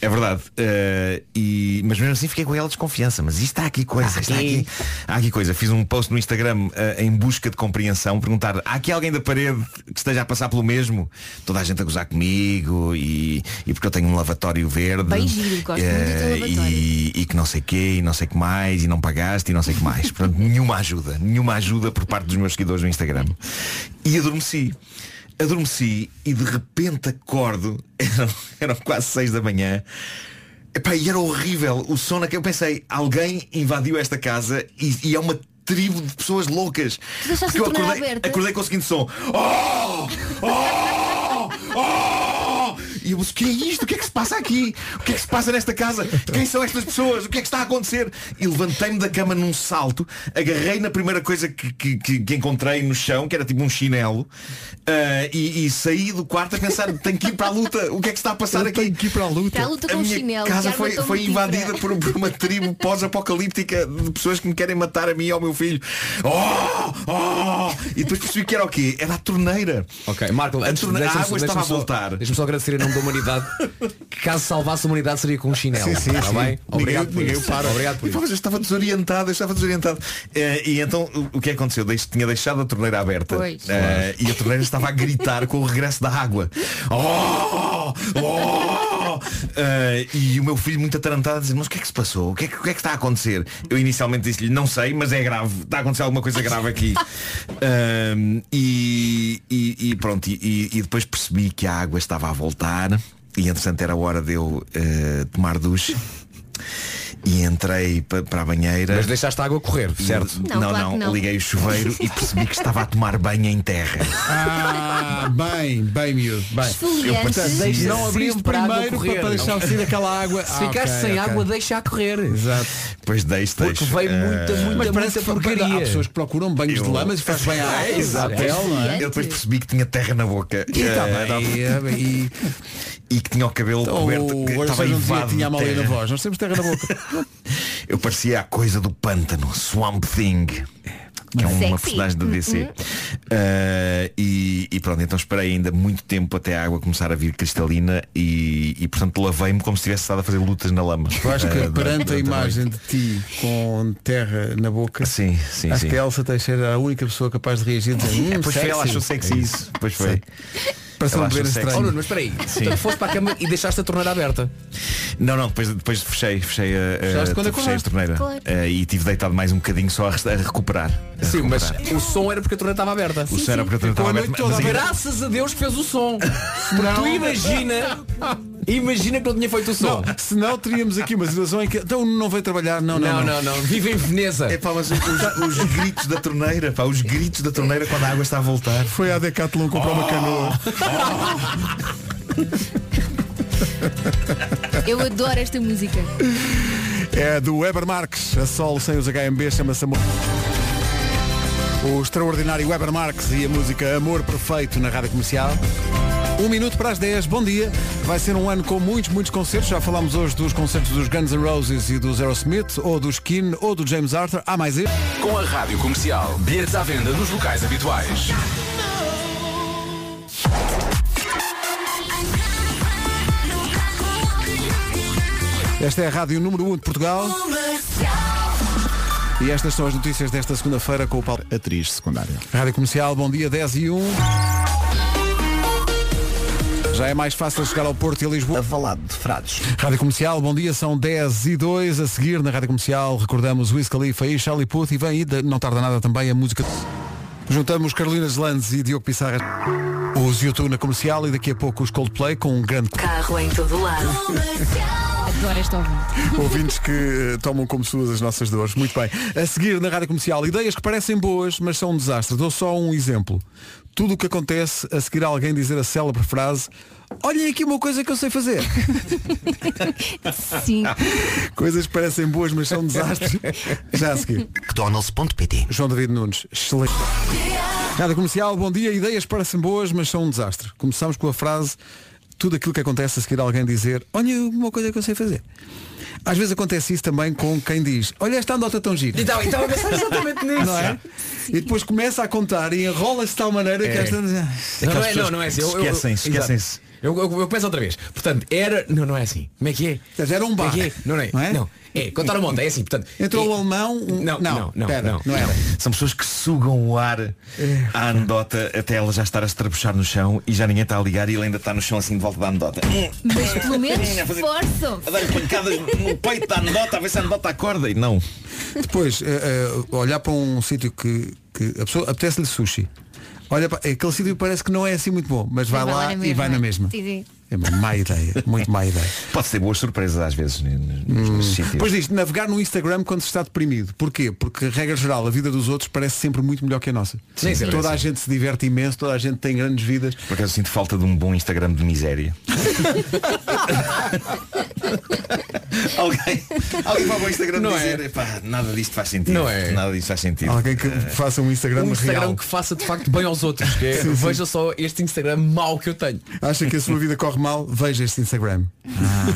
É verdade. Eh, e, mas mesmo assim fiquei com aquela desconfiança. Mas isto está aqui coisa, está aqui. Há aqui coisa. Fiz um post no Instagram eh, em busca de compreensão, perguntar, há aqui alguém da parede que esteja a passar pelo mesmo? Toda a gente a gozar comigo e, e porque eu tenho um lavatório verde.
Bem giro, gosto
Eh,
muito do teu lavatório.
e, e que não sei quê, e não sei que mais, e não pagaste, e não sei que mais. Portanto, nenhuma ajuda, nenhuma ajuda por parte dos meus seguidores no Instagram. E adormeci. Adormeci e de repente acordo, eram, eram quase seis da manhã, Epá, e era horrível o som naquele. Eu pensei, alguém invadiu esta casa e, e é uma tribo de pessoas loucas.
Tu deixaste
Porque eu
a torneira
acordei,
aberta?
acordei com o seguinte som. Oh! Oh! Oh! E eu disse, o que é isto? O que é que se passa aqui? O que é que se passa nesta casa? Quem são estas pessoas? O que é que está a acontecer? E levantei-me da cama num salto, agarrei na primeira coisa que, que- que- que encontrei no chão, que era tipo um chinelo, ah, e, e saí do quarto a pensar, tenho que ir para a luta, o que é que está a passar aqui? Tenho que ir para a luta.
Para a luta com
minha
chinelo, que
casa
arma
foi,
tão
foi
medíocre.
invadida por, um, por uma tribo pós-apocalíptica de pessoas que me querem matar a mim e ao meu filho. Oh! Oh! E depois percebi que era o quê? Era a torneira.
Ok, Marco,
A
antes
torne- a
deixa-me-
água
deixa-me
estava a
só-
voltar.
Deixa-me só agradecer em nome da humanidade. que Caso salvasse a humanidade seria com um chinelo.
Sim, sim,
está
sim.
bem? Obrigado
ninguém,
por
ninguém
isso.
para.
Obrigado por
E, pá,
isso.
mas eu estava desorientado, eu estava desorientado. Eh, e então o- o que aconteceu? Deix- tinha deixado a torneira aberta.
Pois.
Eh, e a torneira estava a gritar com o regresso da água. Oh! Oh! Eh, e o meu filho muito atarantado a dizer, mas o que é que se passou? O que é que, o que é que está a acontecer? Eu inicialmente disse-lhe, não sei, mas é grave, está a acontecer alguma coisa grave aqui. Ahm, e, e- e pronto, e- e, e depois percebi que a água estava a voltar e entretanto era hora de eu eh, tomar duche. E entrei pa- para a banheira
Mas deixaste a água correr,
E-
certo?
Não, não, liguei o chuveiro e percebi que estava a tomar banho em terra
Ah, bem, bem miúdo, bem.
Eu parecia-
não abriste
para a água
primeiro
correr.
para, Ah, para deixar sair aquela água.
Se ficaste sem água, deixa a correr.
Exato.
Pois deixo,
Porque
deixo.
veio muita,
Ah,
muita,
mas parece
muita porcaria.
Há pessoas que procuram banhos de lamas e faz bem à água.
É, exato.
Papel, não é?
Eu depois percebi que tinha terra na boca.
E tá
Ah,
bem,
não.
é, e-
E que tinha o cabelo
Então,
coberto.
o
que Estava
Gonçalo não dizia
invado
que
de
tinha a malha na
terra.
voz. Nós temos terra na boca.
Eu parecia a coisa do pântano, Swamp Thing. Que é uma
Sexy.
personagem da
Uhum.
DC. Ah, e, e pronto, então esperei ainda muito tempo até a água começar a vir cristalina e, e, portanto lavei-me como se tivesse estado a fazer lutas na lama.
É,
Eu acho que
Ah,
perante a
durante noite.
imagem de ti com terra na boca,
sim, sim,
acho
sim.
que é a Elsa Teixeira era a única pessoa capaz de reagir e dizer, hum,
É, pois foi, ela achou sexy isso. Pois foi.
Parece um
Ela achou
beber
sexy.
estranho.
Oh, Nuno, mas espera aí.
Sim.
Portanto, foste para a cama e deixaste a torneira aberta.
Não, não, depois, depois fechei, fechei a,
Fechaste
a, fechei
quando
a
acordaste.
torneira.
Claro.
Eh, e tive deitado mais um bocadinho só a, rest- a recuperar. A
Sim, mas
recuperar.
o som era porque a torneira estava aberta.
O som era porque a torneira estava
é
aberta. mas ainda-
Graças a Deus fez o som. Porque tu imagina. Imagina que não tinha feito o
Oh,
som.
Não, senão teríamos aqui uma situação em que então não vai trabalhar, não, não.
Não, não, não. Vive em Veneza.
É pá, mas os, os gritos da torneira, pá, os gritos da torneira quando a água está a voltar. Oh!
Foi à Decathlon comprar uma canoa.
Eu adoro esta música.
É do Weber Marques, a solo sem os HMB, chama-se Amor. O extraordinário Weber Marques e a música Amor Perfeito na Rádio Comercial. Um minuto para as 10, bom dia. Vai ser um ano com muitos, muitos concertos. Já falámos hoje dos concertos dos Guns N' Roses e dos Aerosmith, ou do Skin, ou do James Arthur. Há mais isso?
Com a rádio comercial, bilhetes à venda nos locais habituais.
Esta é a Rádio Número 1 de Portugal. E estas são as notícias desta segunda-feira com o Paulo.
Atriz secundária.
Rádio Comercial, bom dia, 10 e 1. Já é mais fácil chegar ao Porto e a Lisboa. Avalado de Frades. Rádio Comercial, bom dia, são 10 e 2. A seguir na Rádio Comercial recordamos Wiz Khalifa e Charlie Puth e vem aí, de- não tarda nada também, a música. Juntamos Carolina Landes e Diogo Pissarra. Os YouTube na comercial e daqui a pouco os Coldplay com um grande
Carro em todo lado. Adoro esta ouvinte.
Ouvintes que eh, tomam como suas as nossas dores. Muito bem. A seguir na rádio comercial, ideias que parecem boas, mas são um desastre. Dou só um exemplo. Tudo o que acontece a seguir a alguém dizer a célebre frase Olhem aqui uma coisa que eu sei fazer.
Sim.
Coisas que parecem boas, mas são um desastre. Já a seguir. McDonald's.pt João David Nunes, excelente. Rádio Comercial, bom dia. Ideias parecem boas, mas são um desastre. Começamos com a frase tudo aquilo que acontece a seguir a alguém dizer olha uma coisa que eu sei fazer. Às vezes acontece isso também com quem diz olha esta andota tão gira.
Então,
é
então, eu pensava exatamente nisso.
Não é? E depois começa a contar e enrola-se de tal maneira que
É.
esta...
Não, não é, não, não é assim. Eu- eu-
Esquecem-se,
exato.
esquecem-se.
Eu, eu, eu começo outra vez. Portanto, era. Não, não é assim. Como é que é?
Era um bar.
Como é que é? Não, não é.
Não
Não
é?
é? Contar uma onda. É assim. Portanto,
Entrou
e-
o alemão. um-
Não, não, não,
pera,
não.
era.
São pessoas que sugam o ar
É.
à anedota até ela já estar a estrabuchar no chão e já ninguém está a ligar e ele ainda está no chão assim de volta da anedota.
Mas pelo menos esforçam.
A dar pancadas no peito da anedota, a ver se a anedota acorda e não.
Depois, eh, eh, olhar para um sítio que, que a pessoa apetece-lhe sushi. Olha para, aquele sítio parece que não é assim muito bom, mas vai, lá,
na
e vai na mesma.
Sim, sim.
É uma má ideia, muito má ideia.
Pode ser boas surpresas às vezes né, nos, nos
Hum.
sítios.
é.
Depois diz, navegar no Instagram quando se está deprimido. Porquê? Porque, regra geral, a vida dos outros parece sempre muito melhor que a nossa.
Sim, sim,
toda
sim.
a gente se diverte imenso, toda a gente tem grandes vidas.
Por acaso sinto falta de um bom Instagram de miséria. alguém, alguém para o bom Instagram de
Não é?
dizer, "Epá, nada disto faz sentido.
Não é?
Nada disto faz sentido.
Alguém que
Eh,
faça um Instagram,
Um Instagram
real.
que faça de facto bem aos outros. Que é,
Sim, sim.
veja só este Instagram mau que eu tenho.
Acha que a sua vida corre mal? Veja este Instagram.
Ah.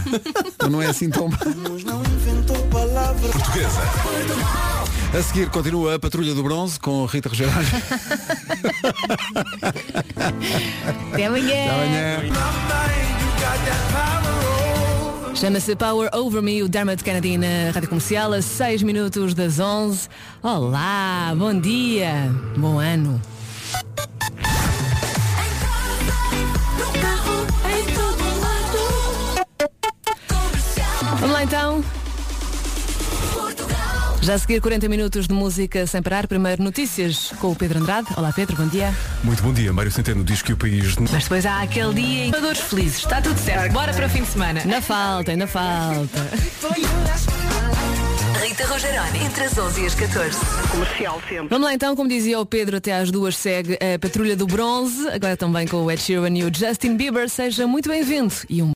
Então não é assim tão mal.
Portuguesa.
A seguir continua a Patrulha do Bronze com Rita Rogeroni.
É.
Até amanhã. Chama-se Power Over Me, o Dermot Kennedy na Rádio Comercial, a 6 minutos das 11. Olá, bom dia, bom ano. Vamos lá então. Já a seguir 40 minutos de música sem parar. Primeiro notícias com o Pedro Andrade. Olá Pedro, bom dia.
Muito bom dia. Mário Centeno diz que o país...
Mas depois há aquele dia em Amadores felizes. Está tudo certo. Bora para o fim de semana.
Ainda falta, ainda falta.
Rita Rogeroni, entre as 11 e as 14. Comercial sempre.
Vamos lá então, como dizia o Pedro, até às duas segue a Patrulha do Bronze, agora também com o Ed Sheeran e o Justin Bieber. Seja muito bem-vindo e um